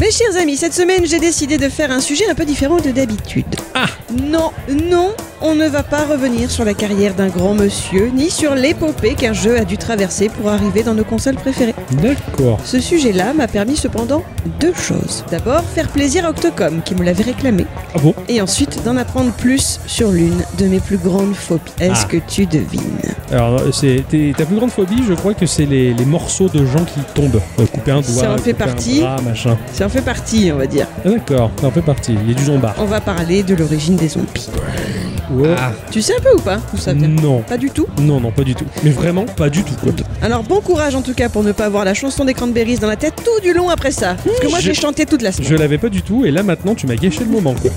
Mes chers amis, cette semaine, j'ai décidé de faire un sujet un peu différent de d'habitude. Ah. Non, non, on ne va pas revenir sur la carrière d'un grand monsieur, ni sur l'épopée qu'un jeu a dû traverser pour arriver dans nos consoles préférées. D'accord. Ce sujet-là m'a permis cependant deux choses. D'abord, faire plaisir à Octocom, qui me l'avait réclamé, Ah bon et ensuite d'en apprendre plus sur l'une de mes plus grandes phobies. Est-ce Ah. que tu devines Alors, c'est t'es- ta plus grande phobie, je crois que c'est les, les morceaux de gens qui tombent. Euh, couper un doigt, Ça en fait couper un partie. bras, machin. Ça en fait partie, on va dire. Ah, D'accord, ça en fait partie. Il y a du zombard. On va parler de l'origine des zombies. Ouais. Tu sais un peu ou pas d'où ça vient non. Pas du tout Non, non, pas du tout. Mais vraiment, pas du tout. Quoi. Alors bon courage en tout cas pour ne pas avoir la chanson des Cranberries dans la tête tout du long après ça. Parce que moi Je- j'ai chanté toute la semaine. Je l'avais pas du tout, et là maintenant, tu m'as gâché le moment. <laughs> Quoi.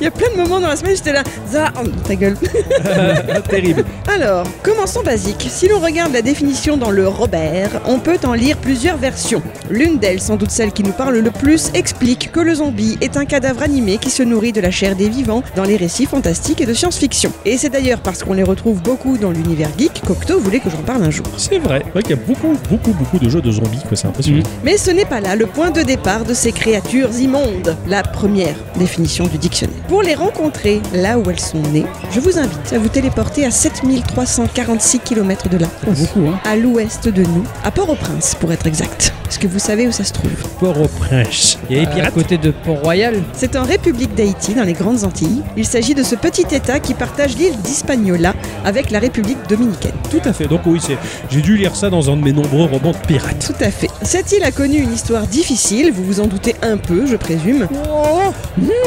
Il y a plein de moments dans la semaine j'étais là. Za, oh, ta gueule. Ah, terrible. Alors, commençons basique. Si l'on regarde la définition dans le Robert, on peut en lire plusieurs versions. L'une d'elles, sans doute celle qui nous parle le plus, explique que le zombie est un cadavre animé qui se nourrit de la chair des vivants dans les récits fantastiques et de science-fiction. Et c'est d'ailleurs parce qu'on les retrouve beaucoup dans l'univers geek qu'Octo voulait que j'en parle un jour. C'est vrai. C'est vrai qu'il y a beaucoup, beaucoup, beaucoup de jeux de zombies. quoi. C'est impressionnant. Mais ce n'est pas là le point de départ de ces créatures immondes, la première définition du dictionnaire. Pour les rencontrer là où elles sont nées, je vous invite à vous téléporter à 7346 km de là. Oh, beaucoup, hein. à l'ouest de nous, à Port-au-Prince pour être exact. Est-ce que vous savez où ça se trouve Port-au-Prince. Il y a les À pirates. côté de Port-Royal, C'est en République d'Haïti, dans les Grandes Antilles. Il s'agit de ce petit État qui partage l'île d'Hispaniola avec la République dominicaine. Tout à fait. Donc, oui, c'est- j'ai dû lire ça dans un de mes nombreux romans de pirates. Tout à fait. Cette île a connu une histoire difficile, vous vous en doutez un peu, je présume.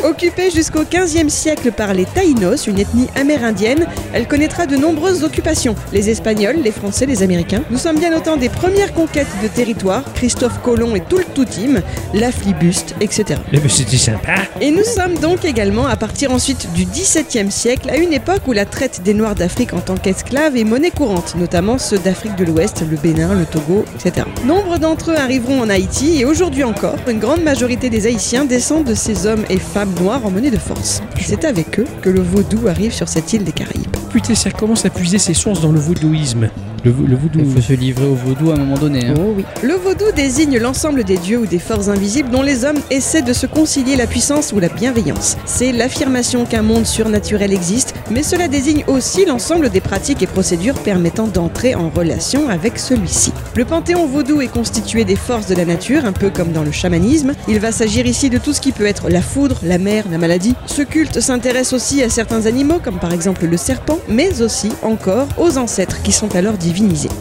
Occupée jusqu'au 15e siècle par les Taïnos, une ethnie amérindienne, elle connaîtra de nombreuses occupations. Les Espagnols, les Français, les Américains. Nous sommes bien au temps des premières conquêtes de territoire, Christophe Colomb et tout le toutim, la flibuste, etc. Eh ben, C'était sympa. Et nous sommes donc également à partir ensuite du XVIIe siècle, à une époque où la traite des Noirs d'Afrique en tant qu'esclaves est monnaie courante, notamment ceux d'Afrique de l'Ouest, le Bénin, le Togo, etc. Nombre d'entre eux arriveront en Haïti et aujourd'hui encore, une grande majorité des Haïtiens descendent de ces hommes et femmes noirs emmenés de force. Et C'est avec eux que le vaudou arrive sur cette île des Caraïbes. Ah, Putain, ça commence à puiser ses sources dans le vaudouisme. Le, vo- le vaudou. il faut se livrer au vaudou à un moment donné. Mmh. hein. Oh oui. Le vaudou désigne l'ensemble des dieux ou des forces invisibles dont les hommes essaient de se concilier la puissance ou la bienveillance. C'est l'affirmation qu'un monde surnaturel existe, mais cela désigne aussi l'ensemble des pratiques et procédures permettant d'entrer en relation avec celui-ci. Le panthéon vaudou est constitué des forces de la nature, un peu comme dans le chamanisme. Il va s'agir ici de tout ce qui peut être la foudre, la mer, la maladie. Ce culte s'intéresse aussi à certains animaux, comme par exemple le serpent, mais aussi encore aux ancêtres qui sont alors divinisés.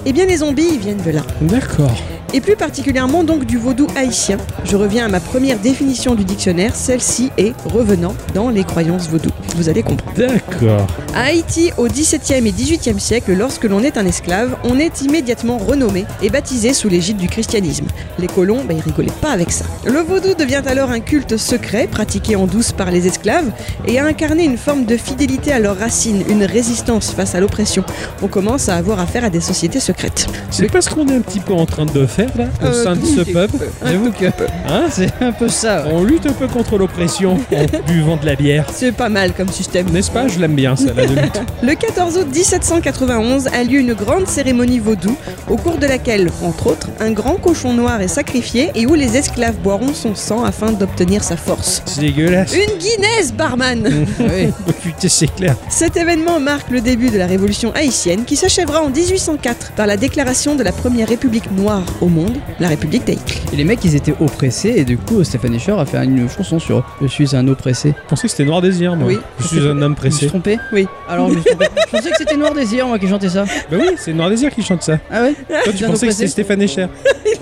Eh bien les zombies ils viennent de là D'accord. et plus particulièrement donc du vaudou haïtien. Je reviens à ma première définition du dictionnaire, celle-ci est revenant dans les croyances vaudou. Vous allez comprendre. D'accord. À Haïti, au XVIIe et XVIIIe siècle, lorsque l'on est un esclave, on est immédiatement renommé et baptisé sous l'égide du christianisme. Les colons, bah, ils rigolaient pas avec ça. Le vaudou devient alors un culte secret, pratiqué en douce par les esclaves, et a incarné une forme de fidélité à leurs racines, une résistance face à l'oppression. On commence à avoir affaire à des sociétés secrètes. C'est pas ce qu'on est un petit peu en train de faire là au Euh, sein de ce tout- pub J'avoue que Hein c'est un peu ça. ouais. On lutte un peu contre l'oppression <laughs> en buvant de la bière. C'est pas mal comme système. N'est-ce pas Je l'aime bien, celle-là de <laughs> lutte. Le 14 août 1791 a lieu une grande cérémonie vaudou, au cours de laquelle, entre autres, un grand cochon noir est sacrifié et où les esclaves boiront son sang afin d'obtenir sa force. C'est dégueulasse. Une Guinness, barman Mm. Ouais. Putain, c'est clair. Cet événement marque le début de la révolution haïtienne qui s'achèvera en 1804 par la déclaration de la première république noire au monde, la République d'Haïti. <laughs> Et les mecs, ils étaient oppressés et du coup, Stéphane Escher a fait une chanson sur Je suis un oppressé. Je pensais que c'était Noir Désir, moi. Oui. Je suis un homme Je me suis <laughs> pressé. trompé Oui. Alors, je me suis trompé. Je pensais que c'était Noir Désir, moi, qui chantait ça. Bah oui, c'est Noir Désir qui chante ça. Ah ouais Toi, tu Bien pensais que oppressé. c'était Stéphane Echer.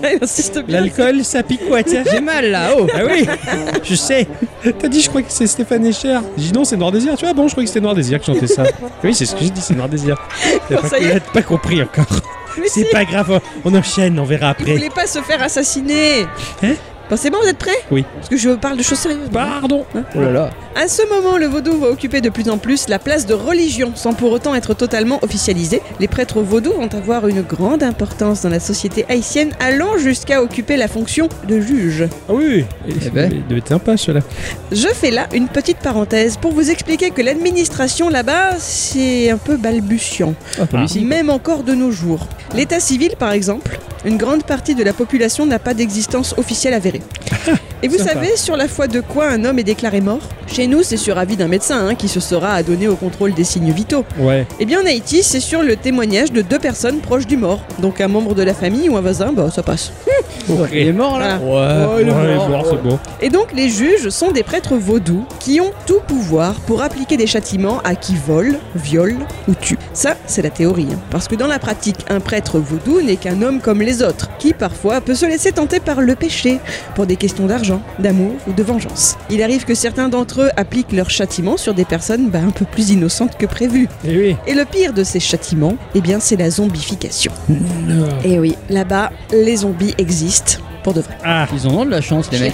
Il insiste bien. L'alcool, ça pique quoi, tiens J'ai mal là, oh Ah oui, je sais. T'as dit, je crois que c'est Stéphane Echer. J'ai dit non, c'est Noir Désir. Tu vois, ah bon, je crois que c'était Noir Désir qui chantait ça. Oui, c'est ce que j'ai dit, c'est Noir Désir. T'as Bon, pas, <laughs> ça y est. t'as pas compris encore. Mais si, C'est pas grave, on enchaîne, on verra il après. voulait pas se faire assassiner Hein Bon, c'est bon, vous êtes prêts Oui. Parce que je parle de choses sérieuses. Pardon. Oh là là À ce moment, le vaudou va occuper de plus en plus la place de religion, sans pour autant être totalement officialisé. Les prêtres vaudous vont avoir une grande importance dans la société haïtienne, allant jusqu'à occuper la fonction de juge. Ah oui, Eh ben. il devait être sympa, celui-là. Je fais là une petite parenthèse pour vous expliquer que l'administration là-bas, c'est un peu balbutiant, Ah, comme Ah. ici. même encore de nos jours. L'état civil, par exemple, une grande partie de la population n'a pas d'existence officielle avérée. Et vous Sympa. savez sur la foi de quoi un homme est déclaré mort Chez nous, c'est sur avis d'un médecin hein, qui se sera adonné au contrôle des signes vitaux. Ah, Ouais. Eh bien en Haïti, c'est sur le témoignage de deux personnes proches du mort. Donc un membre de la famille ou un voisin, bah ça passe. Ok. Il est mort là Voilà. Ouais, Oh, il est ouais, mort. mort, c'est bon. Et donc les juges sont des prêtres vaudous qui ont tout pouvoir pour appliquer des châtiments à qui vole, viole ou tue. Ça, c'est la théorie. hein. Parce que dans la pratique, un prêtre vaudou n'est qu'un homme comme les autres, qui parfois peut se laisser tenter par le péché pour des questions d'argent, d'amour ou de vengeance. Il arrive que certains d'entre eux appliquent leurs châtiments sur des personnes bah, un peu plus innocentes que prévu. Et oui. Et le pire de ces châtiments, eh bien, c'est la zombification. Et oui, là-bas, les zombies existent pour de vrai. Ah, Ils en ont de la chance, les mecs.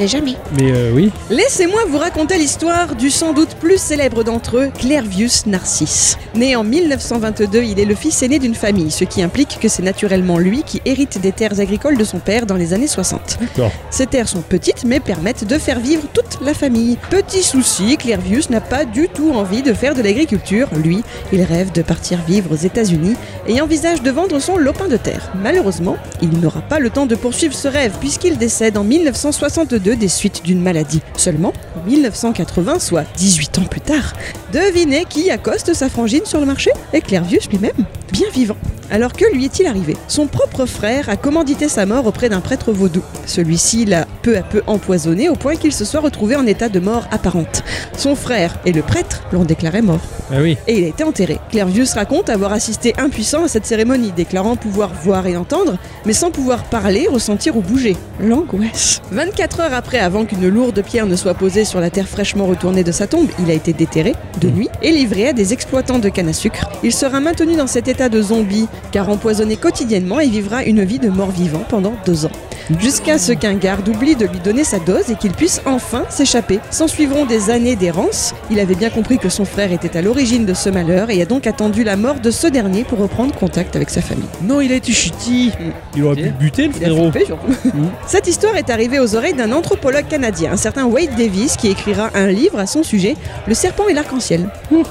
mais euh, oui. Laissez-moi vous raconter l'histoire du sans doute plus célèbre d'entre eux, Clervius Narcisse. Né en 1922, il est le fils aîné d'une famille, ce qui implique que c'est naturellement lui qui hérite des terres agricoles de son père dans les années 60. D'accord. Ces terres sont petites mais permettent de faire vivre toute la famille. Petit souci, Clervius n'a pas du tout envie de faire de l'agriculture. Lui, il rêve de partir vivre aux États-Unis et envisage de vendre son lopin de terre. Malheureusement, il n'aura pas le temps de poursuivre ce rêve puisqu'il décède en 1962 des suites d'une maladie. Seulement, en 1980, soit 18 ans plus tard, devinez qui accoste sa frangine sur le marché Et Clervius lui-même, bien vivant. Alors que lui est-il arrivé Son propre frère a commandité sa mort auprès d'un prêtre vaudou. Celui-ci l'a peu à peu empoisonné au point qu'il se soit retrouvé en état de mort apparente. Son frère et le prêtre l'ont déclaré mort Ah oui. et il a été enterré. Clervius raconte avoir assisté impuissant à cette cérémonie, déclarant pouvoir voir et entendre, mais sans pouvoir parler, ressentir ou bouger. L'angoisse. 24 heures après, avant qu'une lourde pierre ne soit posée sur la terre fraîchement retournée de sa tombe, il a été déterré, de nuit, et livré à des exploitants de canne à sucre. Il sera maintenu dans cet état de zombie, car empoisonné quotidiennement, il vivra une vie de mort-vivant pendant deux ans jusqu'à ce qu'un garde oublie de lui donner sa dose et qu'il puisse enfin s'échapper. S'en suivront des années d'errance. Il avait bien compris que son frère était à l'origine de ce malheur et a donc attendu la mort de ce dernier pour reprendre contact avec sa famille. Non, il a été chuti. Mm. Il Eh. aurait pu le buter, le Il a frérot. flippé, surtout. Mm. Cette histoire est arrivée aux oreilles d'un anthropologue canadien, un certain Wade Davis, qui écrira un livre à son sujet, Le serpent et l'arc-en-ciel. Oui.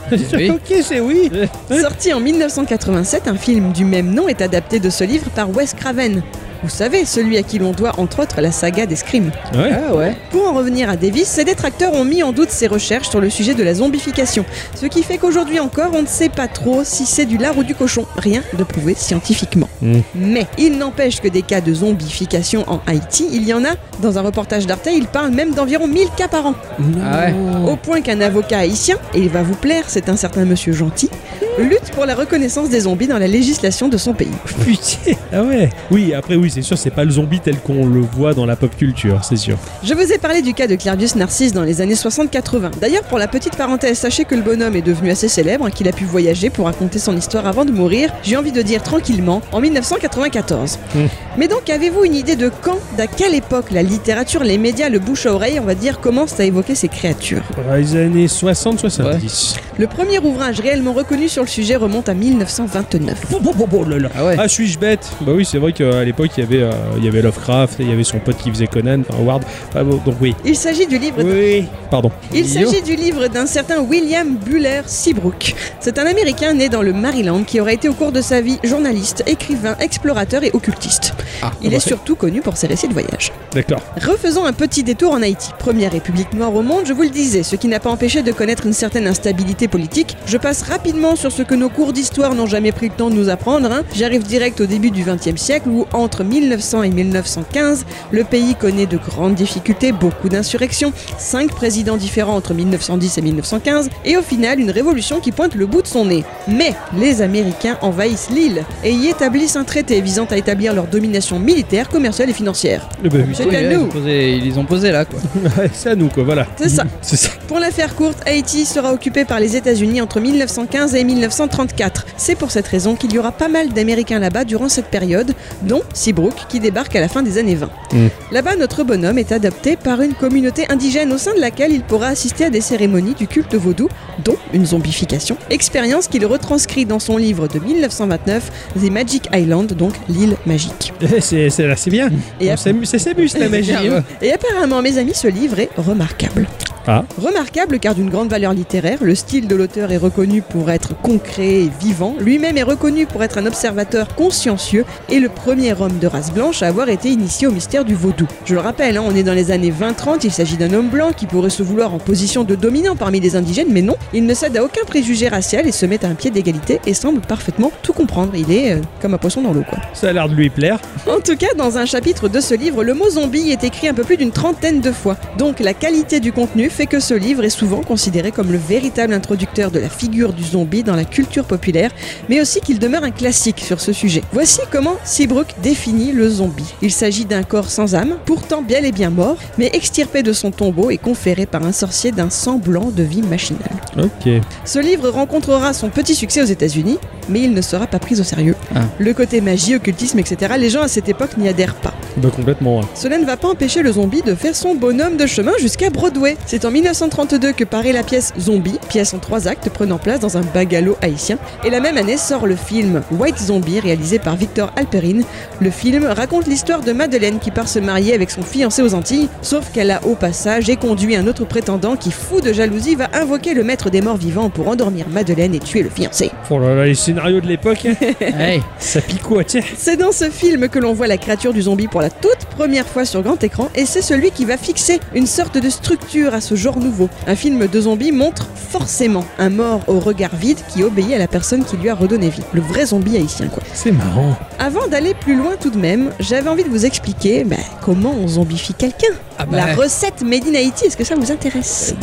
Ok, c'est oui. Eh. Sorti en 1987, un film du même nom est adapté de ce livre par Wes Craven. Vous savez, celui à qui l'on doit entre autres la saga des Scream. Ouais. Ah ouais Pour en revenir à Davis, ses détracteurs ont mis en doute ses recherches sur le sujet de la zombification, ce qui fait qu'aujourd'hui encore, on ne sait pas trop si c'est du lard ou du cochon, rien de prouvé scientifiquement. Mm. Mais il n'empêche que des cas de zombification en Haïti, il y en a. Dans un reportage d'Arte, il parle même d'environ 1000 cas par an. Ah ouais Au point qu'un avocat haïtien, et il va vous plaire, c'est un certain monsieur gentil, lutte pour la reconnaissance des zombies dans la législation de son pays. Putain. Ah ouais. Oui, après, oui, c'est sûr, c'est pas le zombie tel qu'on le voit dans la pop culture, c'est sûr. Je vous ai parlé du cas de Clavius Narcisse dans les années 60-80. D'ailleurs, pour la petite parenthèse, sachez que le bonhomme est devenu assez célèbre, qu'il a pu voyager pour raconter son histoire avant de mourir, j'ai envie de dire tranquillement, en 1994. Mm. Mais donc, avez-vous une idée de quand, d'à quelle époque la littérature, les médias, le bouche à oreille, on va dire, commencent à évoquer ces créatures Dans Les années 60-70. Le premier ouvrage réellement reconnu sur le sujet remonte à 1929. Bon, bon, bon, bon, là, là. Ah ouais. Ah, suis-je bête Bah oui, c'est vrai qu'à l'époque, il y avait, euh, il y avait Lovecraft, il y avait son pote qui faisait Conan, enfin Howard. Enfin, bon, donc oui. Il s'agit du livre Oui. Pardon. Il Yo. s'agit du livre d'un certain William Buller Seabrook. C'est un Américain né dans le Maryland qui aurait été au cours de sa vie journaliste, écrivain, explorateur et occultiste. Ah, Il ouais. est surtout connu pour ses récits de voyage. D'accord. Refaisons un petit détour en Haïti, première république noire au monde, je vous le disais, ce qui n'a pas empêché de connaître une certaine instabilité politique. Je passe rapidement sur ce que nos cours d'histoire n'ont jamais pris le temps de nous apprendre. hein. J'arrive direct au début du XXe siècle où, entre 1900 et 1915, le pays connaît de grandes difficultés, beaucoup d'insurrections, cinq présidents différents entre 1910 et 1915, et au final une révolution qui pointe le bout de son nez. Mais les Américains envahissent l'île et y établissent un traité visant à établir leur domination militaire, commerciale et financière. Eh ben oui. C'est Oui, à Ah, ouais, ils, nous. ont posé- ils les ont posés là quoi. Ouais, c'est à nous, quoi, voilà. C'est ça. C'est ça. Pour la faire courte, Haïti sera occupée par les États-Unis entre 1915 et 1934. C'est pour cette raison qu'il y aura pas mal d'Américains là-bas durant cette période, dont Seabrook qui débarque à la fin des années 20. Mm. Là-bas, notre bonhomme est adopté par une communauté indigène au sein de laquelle il pourra assister à des cérémonies du culte vaudou, dont une zombification, expérience qu'il retranscrit dans son livre de 1929, The Magic Island, donc l'île magique. <laughs> Eh, C'est c'est là, c'est bien. Et On ap- s'amuse- Ça s'amuse, <laughs> la magie. Bien, hein. Et apparemment, mes amis, ce livre est remarquable. Ah. Remarquable car d'une grande valeur littéraire, le style de l'auteur est reconnu pour être concret et vivant, lui-même est reconnu pour être un observateur consciencieux et le premier homme de race blanche à avoir été initié au mystère du vaudou. Je le rappelle, hein, on est dans les années 20-30, il s'agit d'un homme blanc qui pourrait se vouloir en position de dominant parmi les indigènes, mais non, il ne cède à aucun préjugé racial et se met à un pied d'égalité et semble parfaitement tout comprendre. Il est euh, comme un poisson dans l'eau quoi. Ça a l'air de lui plaire. En tout cas, dans un chapitre de ce livre, le mot zombie est écrit un peu plus d'une trentaine de fois. Donc la qualité du contenu fait que ce livre est souvent considéré comme le véritable introducteur de la figure du zombie dans la culture populaire, mais aussi qu'il demeure un classique sur ce sujet. Voici comment Seabrook définit le zombie. Il s'agit d'un corps sans âme, pourtant bel et bien mort, mais extirpé de son tombeau et conféré par un sorcier d'un semblant de vie machinale. Ok. Ce livre rencontrera son petit succès aux États-Unis, mais il ne sera pas pris au sérieux. Ah. Le côté magie, occultisme, etc., les gens à cette époque n'y adhèrent pas. Bah, complètement, ouais. Cela ne va pas empêcher le zombie de faire son bonhomme de chemin jusqu'à Broadway. C'est en 1932 que paraît la pièce Zombie, pièce en trois actes prenant place dans un bagalo haïtien. Et la même année sort le film White Zombie réalisé par Victor Alperin. Le film raconte l'histoire de Madeleine qui part se marier avec son fiancé aux Antilles, sauf qu'elle a au passage éconduit un autre prétendant qui, fou de jalousie, va invoquer le maître des morts vivants pour endormir Madeleine et tuer le fiancé. Oh là là, les scénarios de l'époque, <laughs> hein, Ouais. ça picote, tiens. C'est dans ce film que l'on voit la créature du zombie pour la toute première fois sur grand écran et c'est celui qui va fixer une sorte de structure à ce genre nouveau. Un film de zombie montre forcément un mort au regard vide qui obéit à la personne qui lui a redonné vie. Le vrai zombie haïtien quoi. C'est marrant. Avant d'aller plus loin tout de même, j'avais envie de vous expliquer bah, comment on zombifie quelqu'un. Ah bah, La recette Made in Haïti, est-ce que ça vous intéresse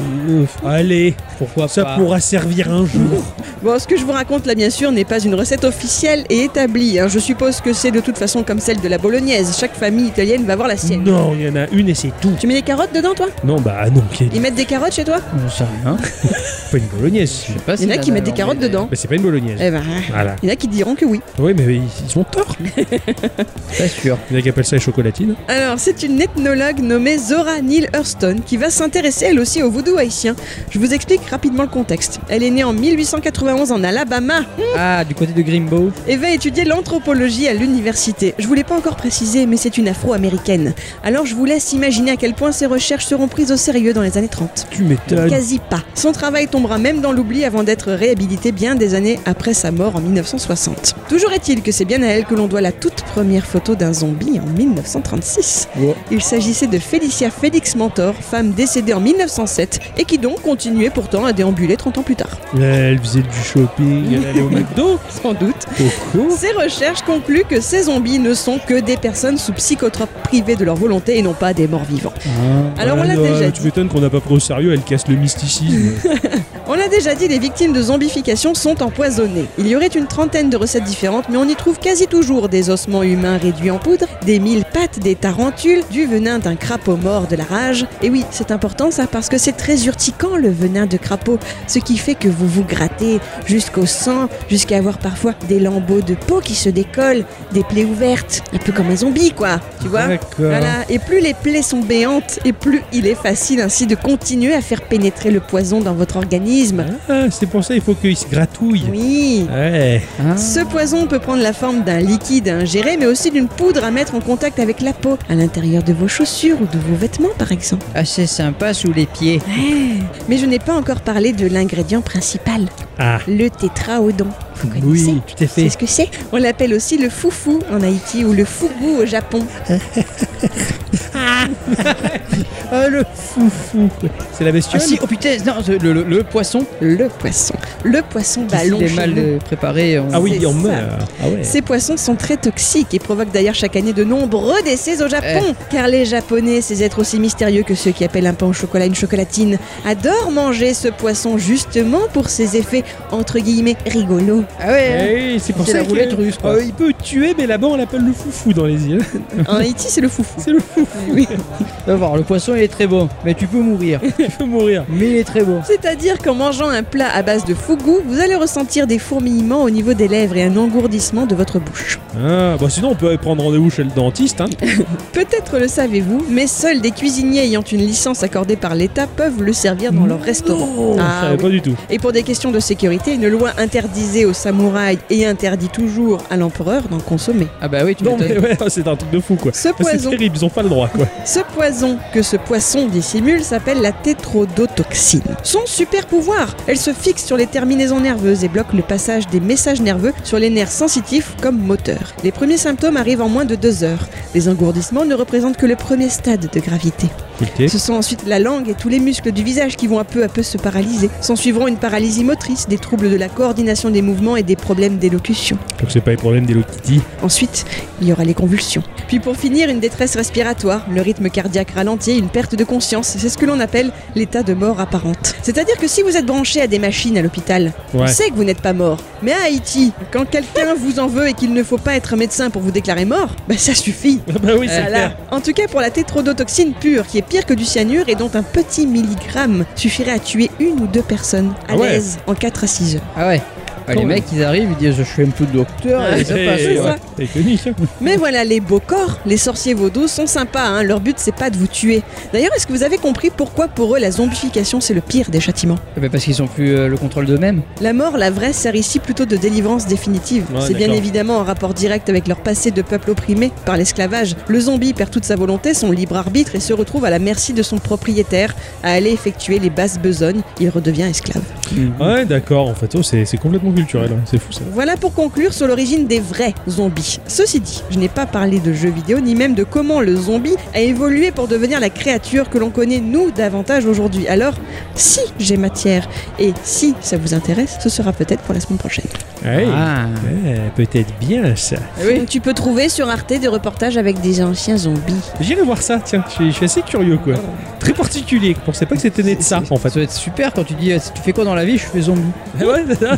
Allez, pourquoi ça pas pourra servir un jour. Bon, ce que je vous raconte là, bien sûr, n'est pas une recette officielle et établie. hein. Je suppose que c'est de toute façon comme celle de la bolognaise. Chaque famille italienne va avoir la sienne. Non, il y en a une et c'est tout. Tu mets des carottes dedans, toi Non, bah non, qui Ils mettent des carottes chez toi On sait rien. pas une bolognaise. Je sais pas Il y si en a la qui mettent des dalle, carottes mais- dedans. Bah, c'est pas une bolognaise. Eh ben, Voilà. il y en a qui diront que oui. Oui, mais ils, ils ont tort. Pas sûr. Il y en a qui appellent ça les chocolatines. Alors, c'est une ethnologue nommée Zora Neale Hurston qui va s'intéresser elle aussi au vaudou haïtien. Je vous explique rapidement le contexte. Elle est née en 1891 en Alabama Ah, du côté de Grimbo. et va étudier l'anthropologie à l'université. Je voulais pas encore préciser, mais c'est une afro-américaine. Alors, je vous laisse imaginer à quel point ses recherches seront prises au sérieux dans les années 30. Tu m'étonnes. Quasi pas. Son travail tombera même dans l'oubli avant d'être réhabilité bien des années après sa mort en 1960. Toujours est-il que c'est bien à elle que l'on doit la toute première photo d'un zombie en 1936. Wow. Il s'agissait de Félicia Félix Mentor, femme décédée en 1907 et qui donc continuait pourtant à déambuler 30 ans plus tard. Elle faisait du shopping, elle allait au <laughs> McDo. Sans doute. Coco. Ses recherches concluent que ces zombies ne sont que des personnes sous psychotropes privées de leur volonté et non pas des morts vivants. Ah, Alors on l'a Voilà, déjà euh, Tu dit. m'étonnes qu'on n'a pas pris au sérieux, elle casse le mysticisme. <laughs> On l'a déjà dit, les victimes de zombification sont empoisonnées. Il y aurait une trentaine de recettes différentes, mais on y trouve quasi toujours des ossements humains réduits en poudre, des mille pattes, des tarentules, du venin d'un crapaud mort de la rage. Et oui, c'est important ça parce que c'est très urticant le venin de crapaud, ce qui fait que vous vous grattez jusqu'au sang, jusqu'à avoir parfois des lambeaux de peau qui se décollent, des plaies ouvertes, un peu comme un zombie quoi, tu vois D'accord. voilà, et plus les plaies sont béantes, et plus il est facile ainsi de continuer à faire pénétrer le poison dans votre organisme mécanisme. Ah, c'est pour ça il faut qu'il se gratouille. Oui. Ouais. Ah. Ce poison peut prendre la forme d'un liquide à ingérer, mais aussi d'une poudre à mettre en contact avec la peau, à l'intérieur de vos chaussures ou de vos vêtements par exemple. Assez Ah, sympa sous les pieds. Mais je n'ai pas encore parlé de l'ingrédient principal, Ah. le tétraodon. Vous connaissez Oui, tout à C'est fait. ce que c'est On l'appelle aussi le foufou en Haïti ou le fougou au Japon. Ah, le foufou. C'est la Ah bestiole. si, oh putain, non, le, le- le poisson. Le poisson. Le poisson Bah, ballon. est chez mal nous. euh, préparé. on- Ah oui, c'est on ça. meurt. Ah ouais. Ces poissons sont très toxiques et provoquent d'ailleurs chaque année de nombreux décès au Japon. Car les Japonais, ces êtres aussi mystérieux que ceux qui appellent un pain au chocolat une chocolatine, adorent manger ce poisson justement pour ses effets entre guillemets rigolos. Ah ouais. Eh, c'est pour C'est ça la que- roulette russe, quoi. Euh, il peut tuer, mais là-bas on l'appelle le foufou dans les <laughs> îles. En Haïti, c'est le foufou. C'est le foufou Oui. Va voir, le poisson il est très bon, mais tu peux <laughs> mourir. qui peut mourir. mais il est très bon. C'est-à-dire qu'en mangeant un plat à base de fougou, vous allez ressentir des fourmillements au niveau des lèvres et un engourdissement de votre bouche. Ah, bah sinon on peut aller prendre rendez-vous chez le dentiste. Hein. Peut-être le savez-vous, mais seuls des cuisiniers ayant une licence accordée par l'État peuvent le servir dans leur restaurant. Non, Oh, je Ah savais oui. pas du tout. Et pour des questions de sécurité, une loi interdisait aux samouraïs et interdit toujours à l'empereur d'en consommer. Ah bah oui, tu Non, m'étonnes. mais ouais, oh, c'est un truc de fou quoi. Ce Ah, C'est poison, terrible, ils ont pas le droit <laughs> quoi. ce poison que ce poisson dissimule s'appelle la tétrodotoxine. Son super pouvoir, elle se fixe sur les terminaisons nerveuses et bloque le passage des messages nerveux sur les nerfs sensitifs comme moteurs. Les premiers symptômes arrivent en moins de deux heures. Les engourdissements ne représentent que le premier stade de gravité. Ok. Ce sont ensuite la langue et tous les muscles du visage qui vont à peu à peu se paralyser. S'en suivront une paralysie motrice, des troubles de la coordination des mouvements et des problèmes d'élocution. Donc c'est pas les problèmes d'Hello Kitty. Ensuite, il y aura les convulsions. Puis pour finir, une détresse respiratoire, le rythme cardiaque ralenti, une perte de conscience. C'est ce que l'on appelle l'état de mort apparente. C'est-à-dire que si vous êtes branché à des machines à l'hôpital, on Ouais. sait que vous n'êtes pas mort. Mais à Haïti, quand quelqu'un <laughs> vous en veut et qu'il ne faut pas être médecin pour vous déclarer mort, bah ça suffit. Ah <laughs> bah oui, c'est Voilà. clair. En tout cas, pour la tétrodotoxine pure, qui est pire que du cyanure et dont un petit milligramme suffirait à tuer une ou deux personnes à Ah ouais. l'aise en 4 à 6 heures. Ah ouais. Ah, les Quand mecs ils arrivent, ils disent je suis un peu docteur et ça Eh, passe. c'est ouais, ça. C'est iconique. hein. Mais voilà, les beaux corps, les sorciers vaudous sont sympas, hein. leur but c'est pas de vous tuer. D'ailleurs, est-ce que vous avez compris pourquoi pour eux la zombification c'est le pire des châtiments Eh ben, parce qu'ils ont plus euh, le contrôle d'eux-mêmes. La mort, la vraie, sert ici plutôt de délivrance définitive. Ouais, c'est bien d'accord. évidemment en rapport direct avec leur passé de peuple opprimé par l'esclavage. Le zombie perd toute sa volonté, son libre arbitre et se retrouve à la merci de son propriétaire à aller effectuer les basses besognes. Il redevient esclave. Ouais, d'accord, en fait, oh, c'est c'est complètement culturel, hein. c'est fou ça. Voilà pour conclure sur l'origine des vrais zombies. Ceci dit, je n'ai pas parlé de jeux vidéo ni même de comment le zombie a évolué pour devenir la créature que l'on connaît nous davantage aujourd'hui. Alors, si j'ai matière et si ça vous intéresse, ce sera peut-être pour la semaine prochaine. Ouais. Ah. Ouais, Peut-être bien ça. Donc tu peux trouver sur Arte des reportages avec des anciens zombies. J'irai voir ça, tiens, je suis- je suis assez curieux quoi. Très particulier, je pensais pas que c'était né de ça en fait. Ça doit être super quand tu dis euh, tu fais quoi dans la vie Je fais zombie. Ouais, c'est ça.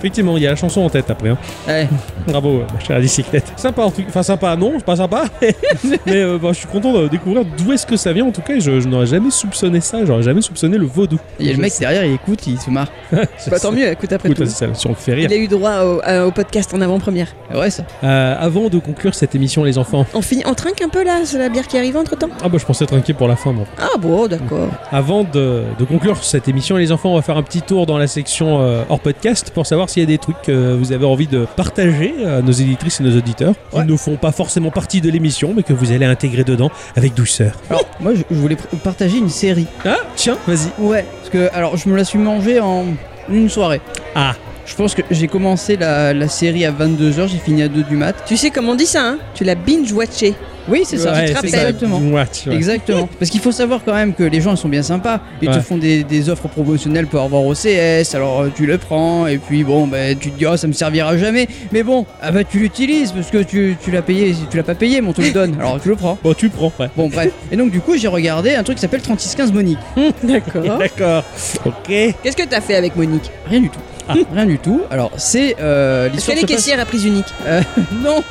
effectivement, il y a la chanson en tête après. hein. <laughs> Ouais. Bravo, euh, ma chère bicyclette. Sympa, en tout- enfin sympa, non, c'est pas sympa. <laughs> Mais euh, bah, je suis content de découvrir d'où est-ce que ça vient. En tout cas, je, je n'aurais jamais soupçonné ça. J'aurais jamais soupçonné le vaudou. Il y a le mec derrière, il écoute, il se marre. Bah tant mieux, écoute après Écoute, tout. c'est ça, si on le fait rire. Il a eu droit au, euh, au podcast en avant-première. Ah ouais ça. Euh, avant de conclure cette émission, les enfants. On finit, on trinque un peu là, c'est la bière qui arrive entre temps. Ah bah je pensais être inquiet pour la fin, moi. Ah bon, d'accord. Avant de, de conclure cette émission, les enfants, on va faire un petit tour dans la section euh, hors podcast pour savoir s'il y a des trucs que vous avez envie de partager à nos éditrices et nos auditeurs qui ne font pas forcément partie de l'émission, mais que vous allez intégrer dedans avec douceur. Alors moi je, je voulais pr- partager une série. Ah, tiens, vas-y. Ouais. Parce que alors je me la suis mangée en une soirée. Ah. Je pense que j'ai commencé la, la série à 22h, j'ai fini à 2 du mat. Tu sais comment on dit ça, hein Tu l'as binge-watché. Oui, c'est ça. Ouais, tu te c'est rappelles. ça, Exactement. ouais, tu vois. Exactement. Parce qu'il faut savoir quand même que les gens ils sont bien sympas. Ils te Ouais. font des, des offres promotionnelles pour avoir au CS. Alors euh, tu le prends et puis bon, ben tu te dis oh ça me servira jamais. Mais bon, ah bah tu l'utilises parce que tu, tu l'as payé. Si tu l'as pas payé, mais on te le donne. Alors tu le prends. Bon, tu prends, ouais. Bon bref. Et donc du coup j'ai regardé un truc qui s'appelle 3615 Monique. D'accord. Hum, D'accord. Ok. Qu'est-ce que t'as fait avec Monique Rien du tout. Ah, Rien du tout. Alors, c'est euh, Est-ce que l'histoire. les se passe- Euh, caissières à prise unique <laughs> Ah, Non.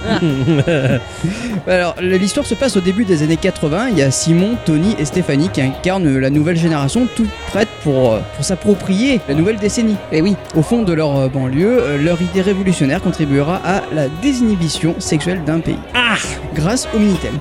Alors, l'histoire se passe au début des années 80. Il y a Simon, Tony et Stéphanie qui incarnent la nouvelle génération, toutes prêtes pour, euh, pour s'approprier la nouvelle décennie. Eh oui. Au fond de leur euh, banlieue, euh, leur idée révolutionnaire contribuera à la désinhibition sexuelle d'un pays. Ah Grâce au Minitel.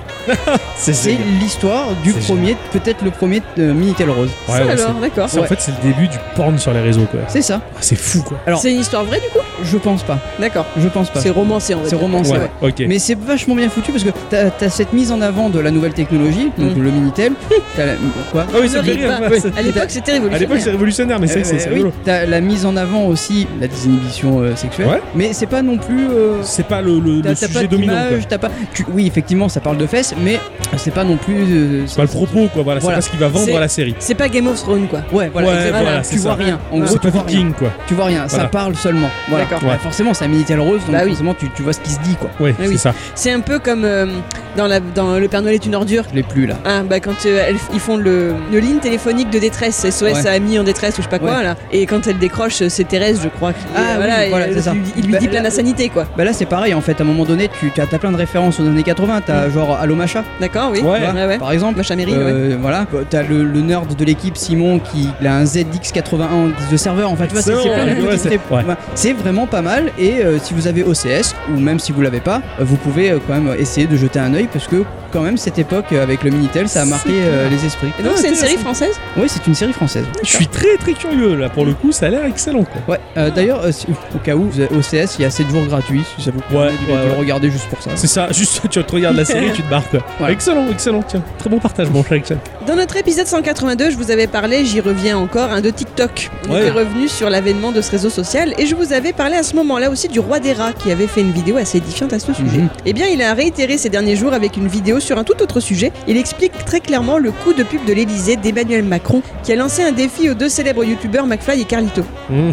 C'est génial. l'histoire du C'est premier, peut-être le premier euh, Minitel Rose. Ouais, Ça ouais, alors, d'accord. c'est- En Ouais. fait, c'est le début du porn sur les réseaux, quoi. C'est ça Ah, C'est fou, quoi. alors- C'est une histoire vraie du coup Je pense pas. D'accord. Je pense pas. Ah, C'est romancé en vrai. C'est romancé, ouais. Ouais, ok. Mais c'est vachement bien foutu parce que t'as t'as cette mise en avant de la nouvelle technologie, Mm. donc le <laughs> Minitel. T'as la, quoi Ah oui, Ne ça fait ris rire. pas. ouais, ça- À l'époque, c'était À l'époque, c'est révolutionnaire. révolutionnaire, mais c'est- c'est c'est Euh, oui, rigolo. t'as la mise en avant aussi la désinhibition euh, sexuelle. Ouais. Mais c'est pas non plus. euh, C'est pas le, le- le T'as t'as pas sujet dominant, quoi. d'image, t'as pas. tu- oui, effectivement, ça parle de fesses, mais c'est pas non plus. euh, C'est pas le propos, quoi. Voilà, c'est Voilà. pas ce qui va vendre C'est- à la série. C'est pas Game of Thrones quoi. Ouais, voilà, Ouais, exactement. voilà, tu c'est vois ça. rien. En Ouais. gros, C'est tu pas vois rien. viking, quoi. Tu vois rien, ça Voilà. parle seulement. Voilà. D'accord. Bah, Ouais. forcément, c'est un Minitel rose, donc Bah oui. forcément, tu, tu vois ce qui se dit, quoi. Ouais, oui. c'est ça. C'est un peu comme euh, dans, la, dans Le Père Noël est une ordure. Je l'ai plus là. Ah, bah quand euh, elles- ils font le, le ligne téléphonique de détresse, SOS Ouais. à ami en détresse ou je sais pas quoi là, et quand elle décroche, euh, c'est Thérèse, je crois. qui- euh, Ah oui, et voilà, elle- c'est ça. Il, il lui Bah, dit plein là- d'insanité quoi. Bah là, c'est pareil, en fait, à un moment donné, tu as, plein de références aux années 80. T'as genre Allo Macha, D'accord, oui. Mm. Ouais. ouais. par exemple. Macha Meryl, ouais. Euh, Voilà, Bah, t'as le, le nerd de l'équipe Simon qui il a un ZX81 en guise de serveur. En fait, tu vois, c'est Excellent, c'est plein de ouais, petits ouais, c'est- trucs. ouais. Bah, C'est vraiment pas mal. Et euh, si vous avez OCS ou même si vous l'avez pas, euh, vous pouvez euh, quand même essayer de jeter un œil parce que quand même cette époque euh, avec le minitel, ça a marqué C'est euh, les esprits. Et donc c'est une série française Oui, c'est une série française. Je suis très très curieux là pour le coup, ça a l'air excellent quoi. Ouais. euh, D'ailleurs, euh, si- au cas où, vous avez OCS, il y a 7 jours gratuits. Si ça vous plaît, Ouais, de ouais, de le ouais. regarder juste pour ça. C'est ça, juste tu te regardes la série et tu te barres quoi. Ouais. Excellent, excellent, tiens. Très bon partage mon cher Jack. Dans notre épisode 182, je vous avais parlé, j'y reviens encore, hein, de TikTok. On Ouais. était revenu sur l'avènement de ce réseau social et je vous avais parlé à ce moment-là aussi du roi des rats qui avait fait une vidéo assez édifiante à ce sujet. Mhm. Eh bien, il a réitéré ces derniers jours avec une vidéo sur un tout autre sujet. Il explique très clairement le coup de pub de l'Elysée d'Emmanuel Macron qui a lancé un défi aux deux célèbres youtubeurs McFly et Carlito. Mmh.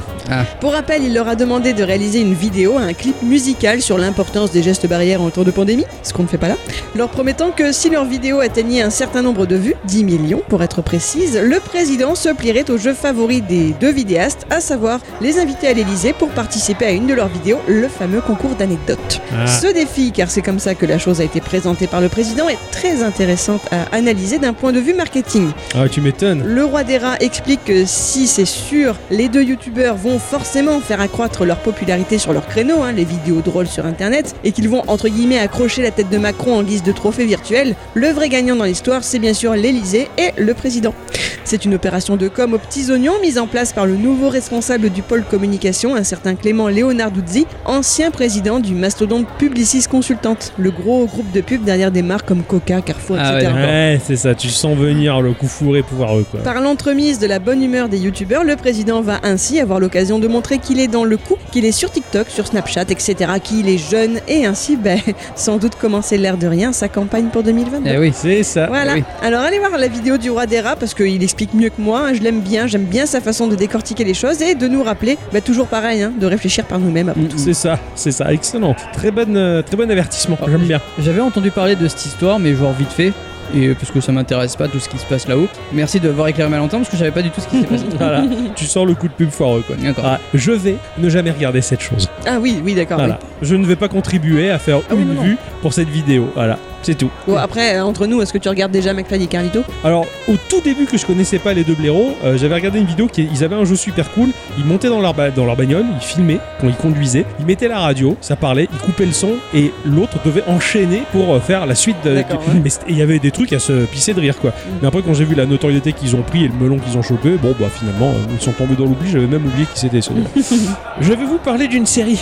Pour rappel, il leur a demandé de réaliser une vidéo, un clip musical sur l'importance des gestes barrières en temps de pandémie, ce qu'on ne fait pas là, leur promettant que si leur vidéo atteignait un certain nombre de vues, 10 millions pour être précise, le président se plierait au jeu favori des deux vidéastes, à savoir les inviter à l'Elysée pour participer à une de leurs vidéos, le fameux concours d'anecdotes. Ah. Ce défi, car c'est comme ça que la chose a été présentée par le président, est très intéressante à analyser d'un point de vue marketing. Ah, tu m'étonnes. Le roi des rats explique que si c'est sûr, les deux youtubeurs vont forcément faire accroître leur popularité sur leur créneau, hein, les vidéos drôles sur internet, et qu'ils vont entre guillemets accrocher la tête de Macron en guise de trophée virtuel, le vrai gagnant dans l'histoire, c'est bien sûr l'Elysée et le président. C'est une opération de com aux petits oignons mise en place par le nouveau responsable du pôle communication, un certain Clément Léonard Duzzi, ancien président du mastodonte Publicis Consultante, le gros groupe de pub derrière des marques comme Coca, Carrefour, Ah etc. D'accord. Ouais, c'est ça, tu sens venir le coup fourré pouvoireux quoi. Par l'entremise de la bonne humeur des youtubeurs, le président va ainsi avoir l'occasion de montrer qu'il est dans le coup, qu'il est sur TikTok, sur Snapchat, etc., qu'il est jeune et ainsi, ben, <laughs> sans doute commencer l'air de rien sa campagne pour 2022. Eh oui. Eh C'est ça. Voilà. oui. Alors allez voir la vidéo du roi des rats parce qu'il explique mieux que moi. hein, Je l'aime bien, j'aime bien sa façon de décortiquer les choses et de nous rappeler, bah, toujours pareil, hein, de réfléchir par nous-mêmes. Mm. C'est ça, c'est ça, excellent. Très bonne, euh, très bon avertissement. Oh. J'aime <laughs> bien. J'avais entendu parler de cette histoire, mais genre vite fait, et parce que ça m'intéresse pas tout ce qui se passe là-haut. Merci d'avoir éclairé ma lanterne, parce que je savais pas du tout ce qui s'est <laughs> passé. Voilà. tu sens le coup de pub foireux quoi. D'accord. Ah, je vais ne jamais regarder cette chose. Ah oui, oui, d'accord. Voilà. Je ne vais pas contribuer à faire Ah oui, une non, non. vue pour cette vidéo. Voilà, c'est tout. oui. Bon, après, euh, entre nous, est-ce que tu regardes déjà McFly et Carlito Alors, au tout début que je connaissais pas les deux blaireaux, euh, j'avais regardé une vidéo qui ils avaient un jeu super cool. Ils montaient dans leur, ba- dans leur bagnole, ils filmaient quand ils conduisaient, ils mettaient la radio, ça parlait, ils coupaient le son et l'autre devait enchaîner pour euh, faire la suite. De, D'accord, Mm. et c'était- et il y avait des trucs à se pisser de rire quoi. Mais après, quand j'ai vu la notoriété qu'ils ont pris et le melon qu'ils ont chopé, bon bah finalement, euh, ils sont tombés dans l'oubli. J'avais même oublié qui <laughs> c'était. ce gars. je vais vous parler d'une série.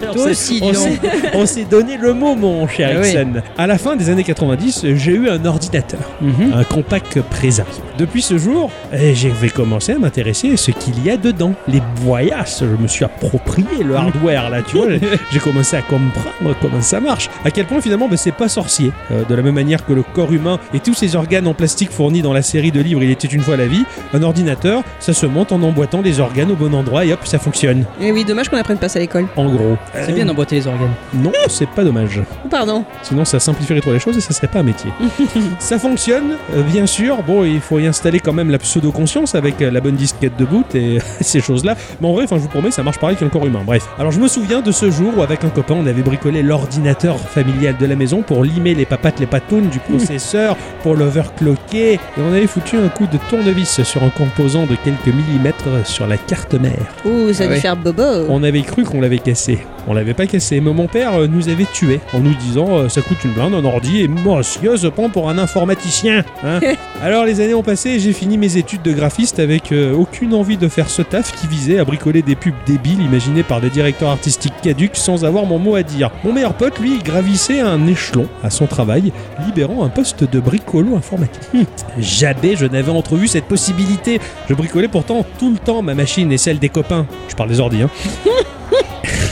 Toi aussi, dis On donc. s'est- on s'est donné le mot, mon cher Ah oui. Ixen. À la fin des années 90, j'ai eu un ordinateur Mhm. un compact présario. Depuis ce jour, euh, je vais commencer à m'intéresser à ce qu'il y a dedans. Les boyasses, je me suis approprié le hardware là, <laughs> tu vois. j'ai- J'ai commencé à comprendre comment ça marche. À quel point finalement, ben, c'est pas sorcier. Euh, de la même manière que le corps humain et tous ses organes en plastique fournis dans la série de livres Il était une fois la vie, un ordinateur, ça se monte en emboîtant les organes au bon endroit et hop, ça fonctionne. Eh oui, dommage qu'on apprenne pas ça à l'école. En gros. Euh, C'est bien d'emboîter les organes. Non, c'est pas dommage. Oh, Pardon. Sinon, ça simplifierait trop les choses et ça serait pas un métier. ça fonctionne, euh, bien sûr. Bon, il faut y y installer quand même la pseudo-conscience avec euh, la bonne disquette de boot et <laughs> ces choses-là. Mais en vrai, enfin, je vous promets, ça marche pareil qu'un corps humain. Bref. Alors, je me souviens de ce jour où, avec un copain, on avait bricolé l'ordinateur familial de la maison pour limer les papates, les patounes du processeur, pour l'overclocker. Et on avait foutu un coup de tournevis sur un composant de quelques millimètres sur la carte mère. Ouh, Ah ça a dû ouais. faire bobo. On avait cru qu'on l'avait cassé. On l'avait pas cassé, mais mon père euh, nous avait tués en nous disant euh, ça coûte une blinde, un ordi, et monsieur se prend pour un informaticien. hein. Alors les années ont passé et j'ai fini mes études de graphiste avec euh, aucune envie de faire ce taf qui visait à bricoler des pubs débiles imaginées par des directeurs artistiques caducs sans avoir mon mot à dire. Mon meilleur pote, lui, gravissait un échelon à son travail, libérant un poste de bricolo informatique. Hum, Jamais je n'avais entrevu cette possibilité. Je bricolais pourtant tout le temps ma machine et celle des copains. Je parle des ordi, hein.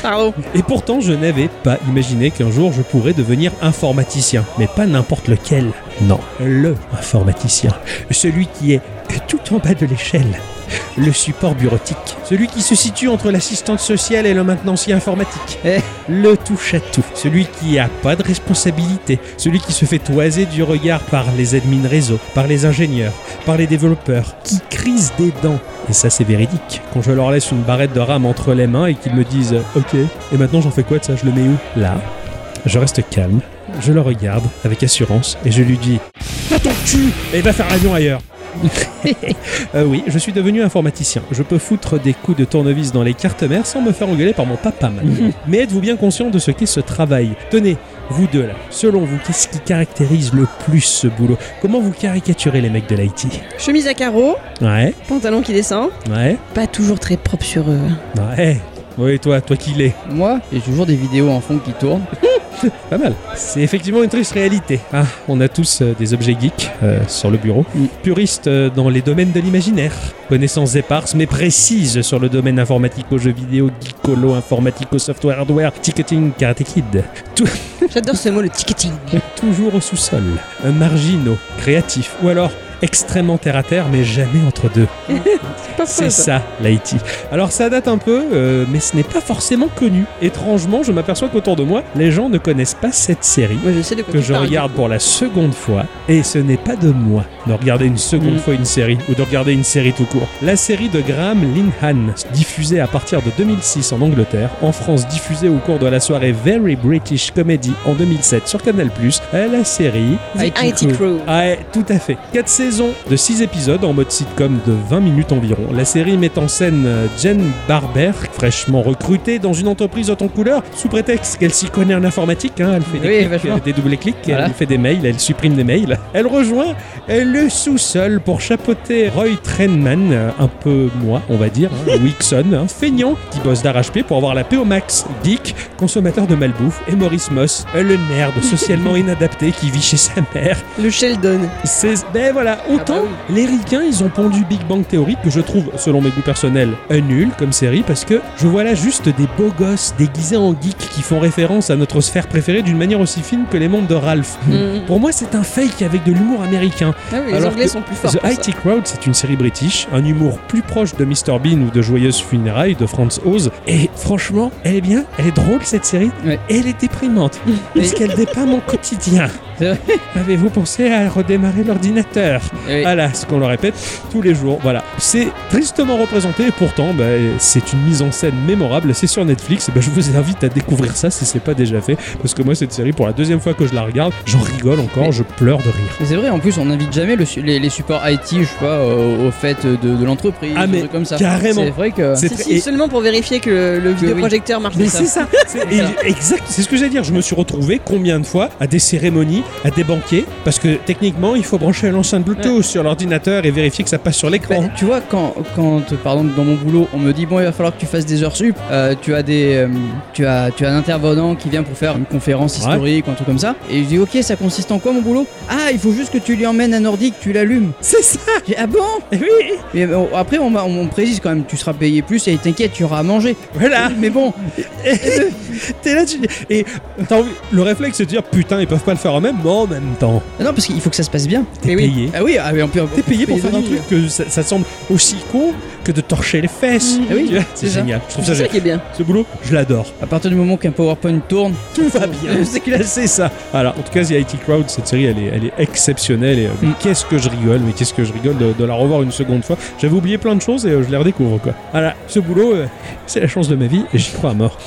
Pardon. Et pourtant, je n'avais pas imaginé qu'un jour je pourrais devenir informaticien. Mais pas n'importe lequel. Non, le informaticien. Celui qui est tout en bas de l'échelle. Le support bureautique. Celui qui se situe entre l'assistante sociale et le maintenancier informatique. Eh, le touche-à-tout. Celui qui a pas de responsabilité. Celui qui se fait toiser du regard par les admins réseau, par les ingénieurs, par les développeurs. Qui crise des dents. Et ça, c'est véridique. Quand je leur laisse une barrette de rame entre les mains et qu'ils me disent Ok, et maintenant j'en fais quoi de ça Je le mets où Là. Je reste calme, je le regarde avec assurance et je lui dis Dans ton cul Et va faire l'avion ailleurs <laughs> Euh, oui, je suis devenu informaticien. Je peux foutre des coups de tournevis dans les cartes mères sans me faire engueuler par mon papa. maintenant. Mais êtes-vous bien conscient de ce qu'est ce travail Tenez, vous deux là, selon vous, qu'est-ce qui caractérise le plus ce boulot Comment vous caricaturez les mecs de l'IT Chemise à carreaux, Ouais, pantalon qui descend. ouais, Pas toujours très propre sur eux. hein. ouais. Oui, toi, toi qui l'es. Moi, j'ai toujours des vidéos en fond qui tournent. Pas mal. C'est effectivement une triste réalité. Ah, on a tous euh, des objets geeks euh, sur le bureau. Mm. Puristes euh, dans les domaines de l'imaginaire. Connaissances éparses mais précises sur le domaine informatico, jeux vidéo, geekolo, informatico, software, hardware, ticketing, karate kid. <laughs> J'adore ce mot, le ticketing. Toujours au sous-sol. Euh, Marginaux, créatifs ou alors extrêmement terre à terre mais jamais entre deux. Pas <laughs> C'est ça, l'IT. Alors ça date un peu, euh, mais ce n'est pas forcément connu. Étrangement, je m'aperçois qu'autour de moi, les gens ne connaissent pas cette série Moi, je sais de quoi que tu je parles. regarde pour la seconde fois, et ce n'est pas de moi de regarder une seconde Mm. fois une série, ou de regarder une série tout court. La série de Graham Linhan, diffusée à partir de 2006 en Angleterre, en France diffusée au cours de la soirée Very British Comedy en 2007 sur Canal+, euh, la série... The IT Crew. Ouais, tout à fait. Quatre saisons de 6 épisodes en mode sitcom de 20 minutes environ. La série met en scène euh, Jen Barber, fraîchement recrutée dans une entreprise haute en couleur, sous prétexte qu'elle s'y connaît en informatique. hein, elle fait des, Oui, clics, vachement. euh, des doubles clics, Voilà. elle fait des mails, elle supprime des mails. Elle rejoint euh, le sous-sol pour chapeauter Roy Trenman, euh, un peu moi, on va dire, <laughs> hein, Wixon, un feignant qui bosse d'arrache-pied pour avoir la paix au max, geek, consommateur de malbouffe, et Maurice Moss, euh, le nerd <laughs> socialement inadapté qui vit chez sa mère. Le Sheldon. C'est- Ben voilà, autant Ah bah les ricains, ils ont pondu Big Bang Theory, que je trouve, selon mes goûts personnels, un nul comme série, parce que je vois là juste des beaux gosses déguisés en geeks qui font référence à notre sphère préférée d'une manière aussi fine que les membres de Ralph. Mm. Pour moi, c'est un fake avec de l'humour américain. Ah oui, les Alors Anglais que sont plus forts. The pour ça. IT Crowd, c'est une série british, un humour plus proche de Mr Bean ou de Joyeuses Funérailles de Franz Oz. Et franchement, elle est bien, elle est drôle cette série, Ouais. et elle est déprimante parce qu'elle dépeint mon quotidien. C'est vrai. Avez-vous pensé à redémarrer l'ordinateur Eh oui. Voilà ce qu'on le répète tous les jours. Voilà, c'est tristement représenté et pourtant bah, c'est une mise en scène mémorable. C'est sur Netflix. Et bah, je vous invite à découvrir ça si c'est pas déjà fait parce que moi cette série pour la deuxième fois que je la regarde, j'en rigole encore, Mais- je pleure de rire. Mais c'est vrai, en plus, on n'invite jamais le su- les, les supports IT, je sais pas, au, au fait de, de l'entreprise, Ah, des mais trucs comme ça. carrément. C'est vrai que. C'est Si, très- si, et- seulement pour vérifier que le, le vidéoprojecteur marche Mais bien. c'est ça, c'est C'est ça. et- exact, c'est ce que j'allais dire. Je me suis retrouvé combien de fois à des cérémonies, à des banquets, parce que techniquement il faut brancher l'enceinte Bluetooth sur l'ordinateur et vérifier que ça passe sur Bah, l'écran. tu vois, quand, quand euh, par exemple dans mon boulot, on me dit bon, il va falloir que tu fasses des heures sup, euh, tu as des, euh, tu as, tu as un intervenant qui vient pour faire une conférence Ouais. historique ou un truc comme ça, et je dis ok, ça consiste en quoi mon boulot Ah, il faut juste que tu lui emmènes un ordi, que tu l'allumes. <laughs> C'est ça, J'ai dit, Ah bon Eh oui, Mais bon, après, on, m'a- on, on précise quand même, tu seras payé plus et t'inquiète, tu auras à manger. voilà. Mais bon, T'es là, tu... et t'as envie- le réflexe c'est de dire putain, ils peuvent pas le faire eux-mêmes, mais en même temps, ah non, parce qu'il faut que ça se passe bien. t'es Mais oui. payé. Ah Bah oui, ah, mais on peut. T'es payé pour payer faire des un lignes. truc que ça, ça semble aussi con que de torcher les fesses. Ah oui, Tu vois, c'est c'est ça. génial. Je trouve ça C'est ça génial. qui est bien. Ce boulot, je l'adore. À partir du moment qu'un PowerPoint tourne, Tout va bien. C'est classé ça. Voilà. En tout cas, The IT Crowd, cette série, elle est, elle est exceptionnelle. Et, euh, mais Mm. qu'est-ce que je rigole, mais qu'est-ce que je rigole de, de la revoir une seconde fois. J'avais oublié plein de choses et euh, je les redécouvre quoi. Voilà. Ce boulot, euh, c'est la chance de ma vie et j'y crois <laughs> à mort.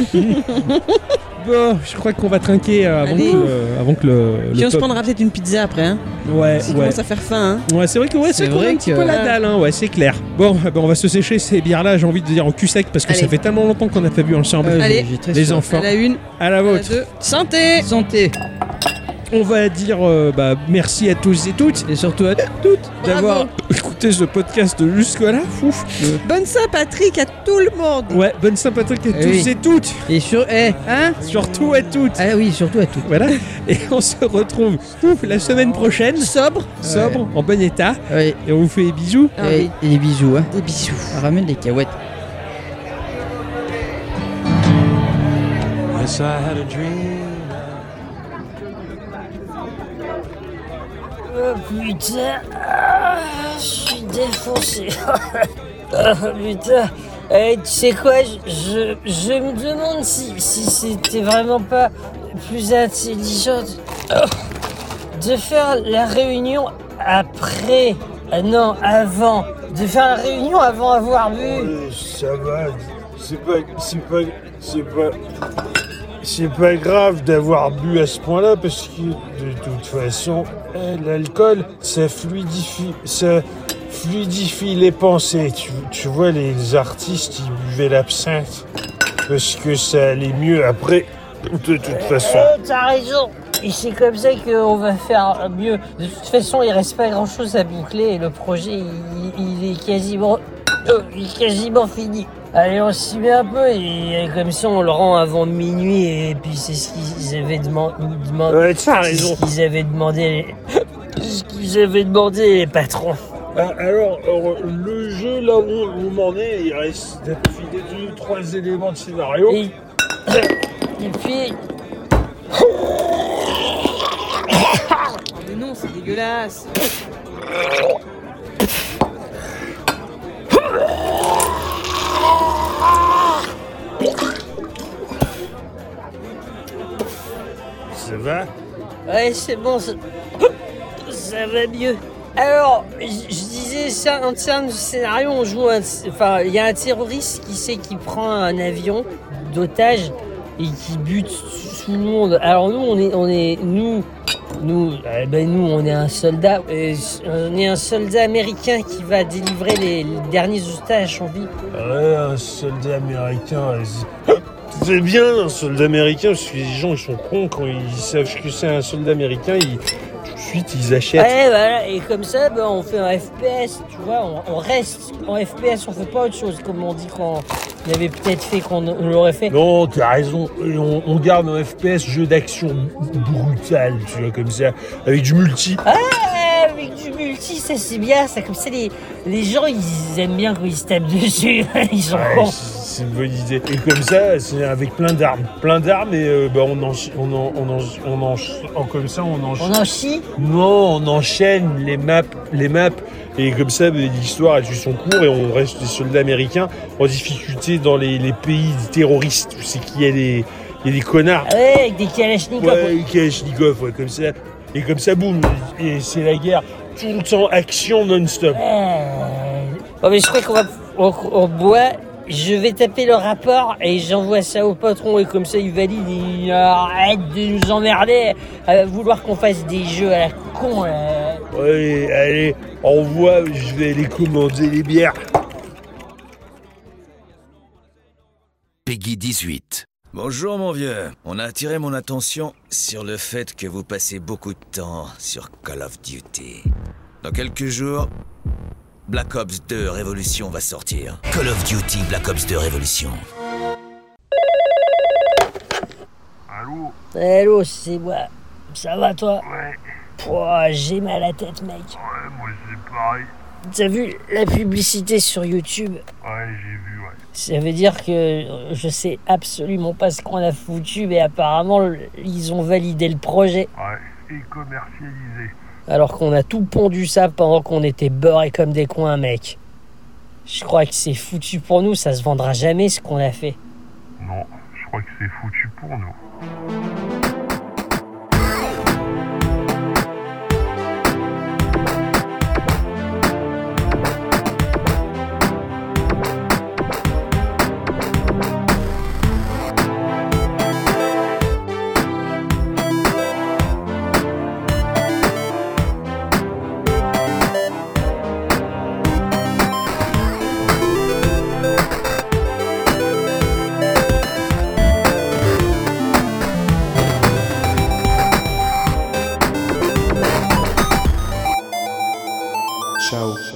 bon, je crois qu'on va trinquer euh, avant, que, Allez. euh, avant que le. le Puis on se pop- prendra peut-être une pizza après. Hein. Ouais, Ça ouais. commence à faire faim. Hein. Ouais, c'est vrai que ouais, c'est C'est qu'on a vrai un petit que- peu la dalle, hein, ouais, c'est clair. Bon, <laughs> eh ben, on va se sécher ces bières-là, j'ai envie de dire en cul sec, parce que ça Allez. fait tellement longtemps qu'on n'a pas bu ensemble. euh, Allez. Euh, j'ai très Les soif. enfants, À la une, à la à la vôtre. deux. Santé Santé On va dire euh, bah, merci à tous et toutes et surtout à toutes d'avoir. Bravo. écouté ce podcast jusque-là. Ouf. Bonne Saint-Patrick à tout le monde Ouais, bonne Saint-Patrick à Eh tous oui. et toutes, Et sur. Eh, hein surtout à toutes. Ah oui, surtout à toutes. Voilà, et on se retrouve ouf, la semaine prochaine, Sobre sobre, en bon état, Ouais, et on vous fait des bisous. Ah et, oui. et des bisous, hein. Ah Des bisous. Ramène des cacahuètes. Yes, I had a dream. Oh putain, Ah, je suis défoncé. oh putain, Eh, tu sais quoi, je, je, je me demande si, si c'était vraiment pas plus intelligent de- de faire la réunion après. Ah non, avant. De faire la réunion avant avoir bu. Euh, Ça va, c'est pas, c'est pas, c'est pas, c'est pas grave d'avoir bu à ce point-là parce que de toute façon, euh, l'alcool, ça fluidifie, ça fluidifie les pensées. Tu, tu vois, les artistes, ils buvaient l'absinthe parce que ça allait mieux après, de toute façon. Oh, t'as raison. Et c'est comme ça qu'on va faire mieux. De toute façon, il reste pas grand chose à boucler et le projet, il, il est quasiment, euh, il est quasiment fini. Allez, on s'y met un peu et euh, comme ça, on le rend avant minuit et puis c'est ce qu'ils avaient deman- demandé. Ouais, t'as c'est raison. ce qu'ils avaient demandé. les- ce qu'ils avaient demandé les patrons. Ah, Alors, alors, le jeu, là où où on en est, il reste à filer deux ou trois éléments de scénario. Et, et puis, Mais non, c'est dégueulasse Ça va Ouais, c'est bon, ça... ça va mieux. Alors, je je disais ça en termes de scénario, on joue un... Enfin, il y a un terroriste qui sait qu'il prend un avion d'otage et qui bute tout le monde. Alors nous, on est... On est nous, nous, eh ben nous, on est un soldat. Et on est un soldat américain qui va délivrer les, les derniers otages en vie. Ouais, un soldat américain. vas-y. C'est bien un soldat américain parce que les gens ils sont cons quand ils savent ce que c'est un soldat américain, ils, tout de suite ils achètent. Ouais, voilà, et comme ça, ben, on fait un FPS, tu vois, on, on reste en FPS, on fait pas autre chose, comme on dit qu'on on avait peut-être fait, qu'on on l'aurait fait. Non, t'as raison, et on, on garde un FPS jeu d'action brutal, tu vois, comme ça, avec du multi. Ah, avec du multi, ça c'est bien, ça, comme ça, les, les gens, ils aiment bien quand ils se tapent dessus, <laughs> ils sont Ouais, cons. c'est c'est une bonne idée. Et comme ça, c'est avec plein d'armes. Plein d'armes et euh, bah, on en... On en, on en, on en, en- comme ça, on enchaîne. On en chie Non, on enchaîne les maps, les maps, et comme ça, bah, l'histoire elle suit son cours et on reste des soldats américains en difficulté dans les, les pays terroristes où c'est qu'il y a des, il y a des connards. Ouais, avec des kalachnikovs. Ouais, Kalachnikov, ouais, comme ça, et comme ça, boum, et c'est la guerre. Tout le temps, action non-stop. Euh, Bon, mais je crois qu'on va. On, on boit. Je vais taper le rapport et j'envoie ça au patron et comme ça il valide et il arrête de nous emmerder à vouloir qu'on fasse des jeux à la con. euh. là. Allez, allez, envoie, je vais aller commander les bières. Peggy 18. Bonjour mon vieux, on a attiré mon attention sur le fait que vous passez beaucoup de temps sur Call of Duty. Dans quelques jours, Black Ops 2 Révolution va sortir. Call of Duty Black Ops 2 Révolution. Allô Hello, c'est moi. Ça va toi Ouais, Pouah, J'ai mal à la tête, mec. ouais, moi c'est pareil. T'as vu la publicité sur YouTube Ouais, j'ai vu, ouais. Ça veut dire que euh, je sais absolument pas ce qu'on a foutu, mais apparemment le- ils ont validé le projet. Ouais, et commercialisé. alors qu'on a tout pondu ça pendant qu'on était beurrés comme des coins, mec. Je crois que c'est foutu pour nous, ça se vendra jamais ce qu'on a fait. Non, je crois que c'est foutu pour nous. Ciao.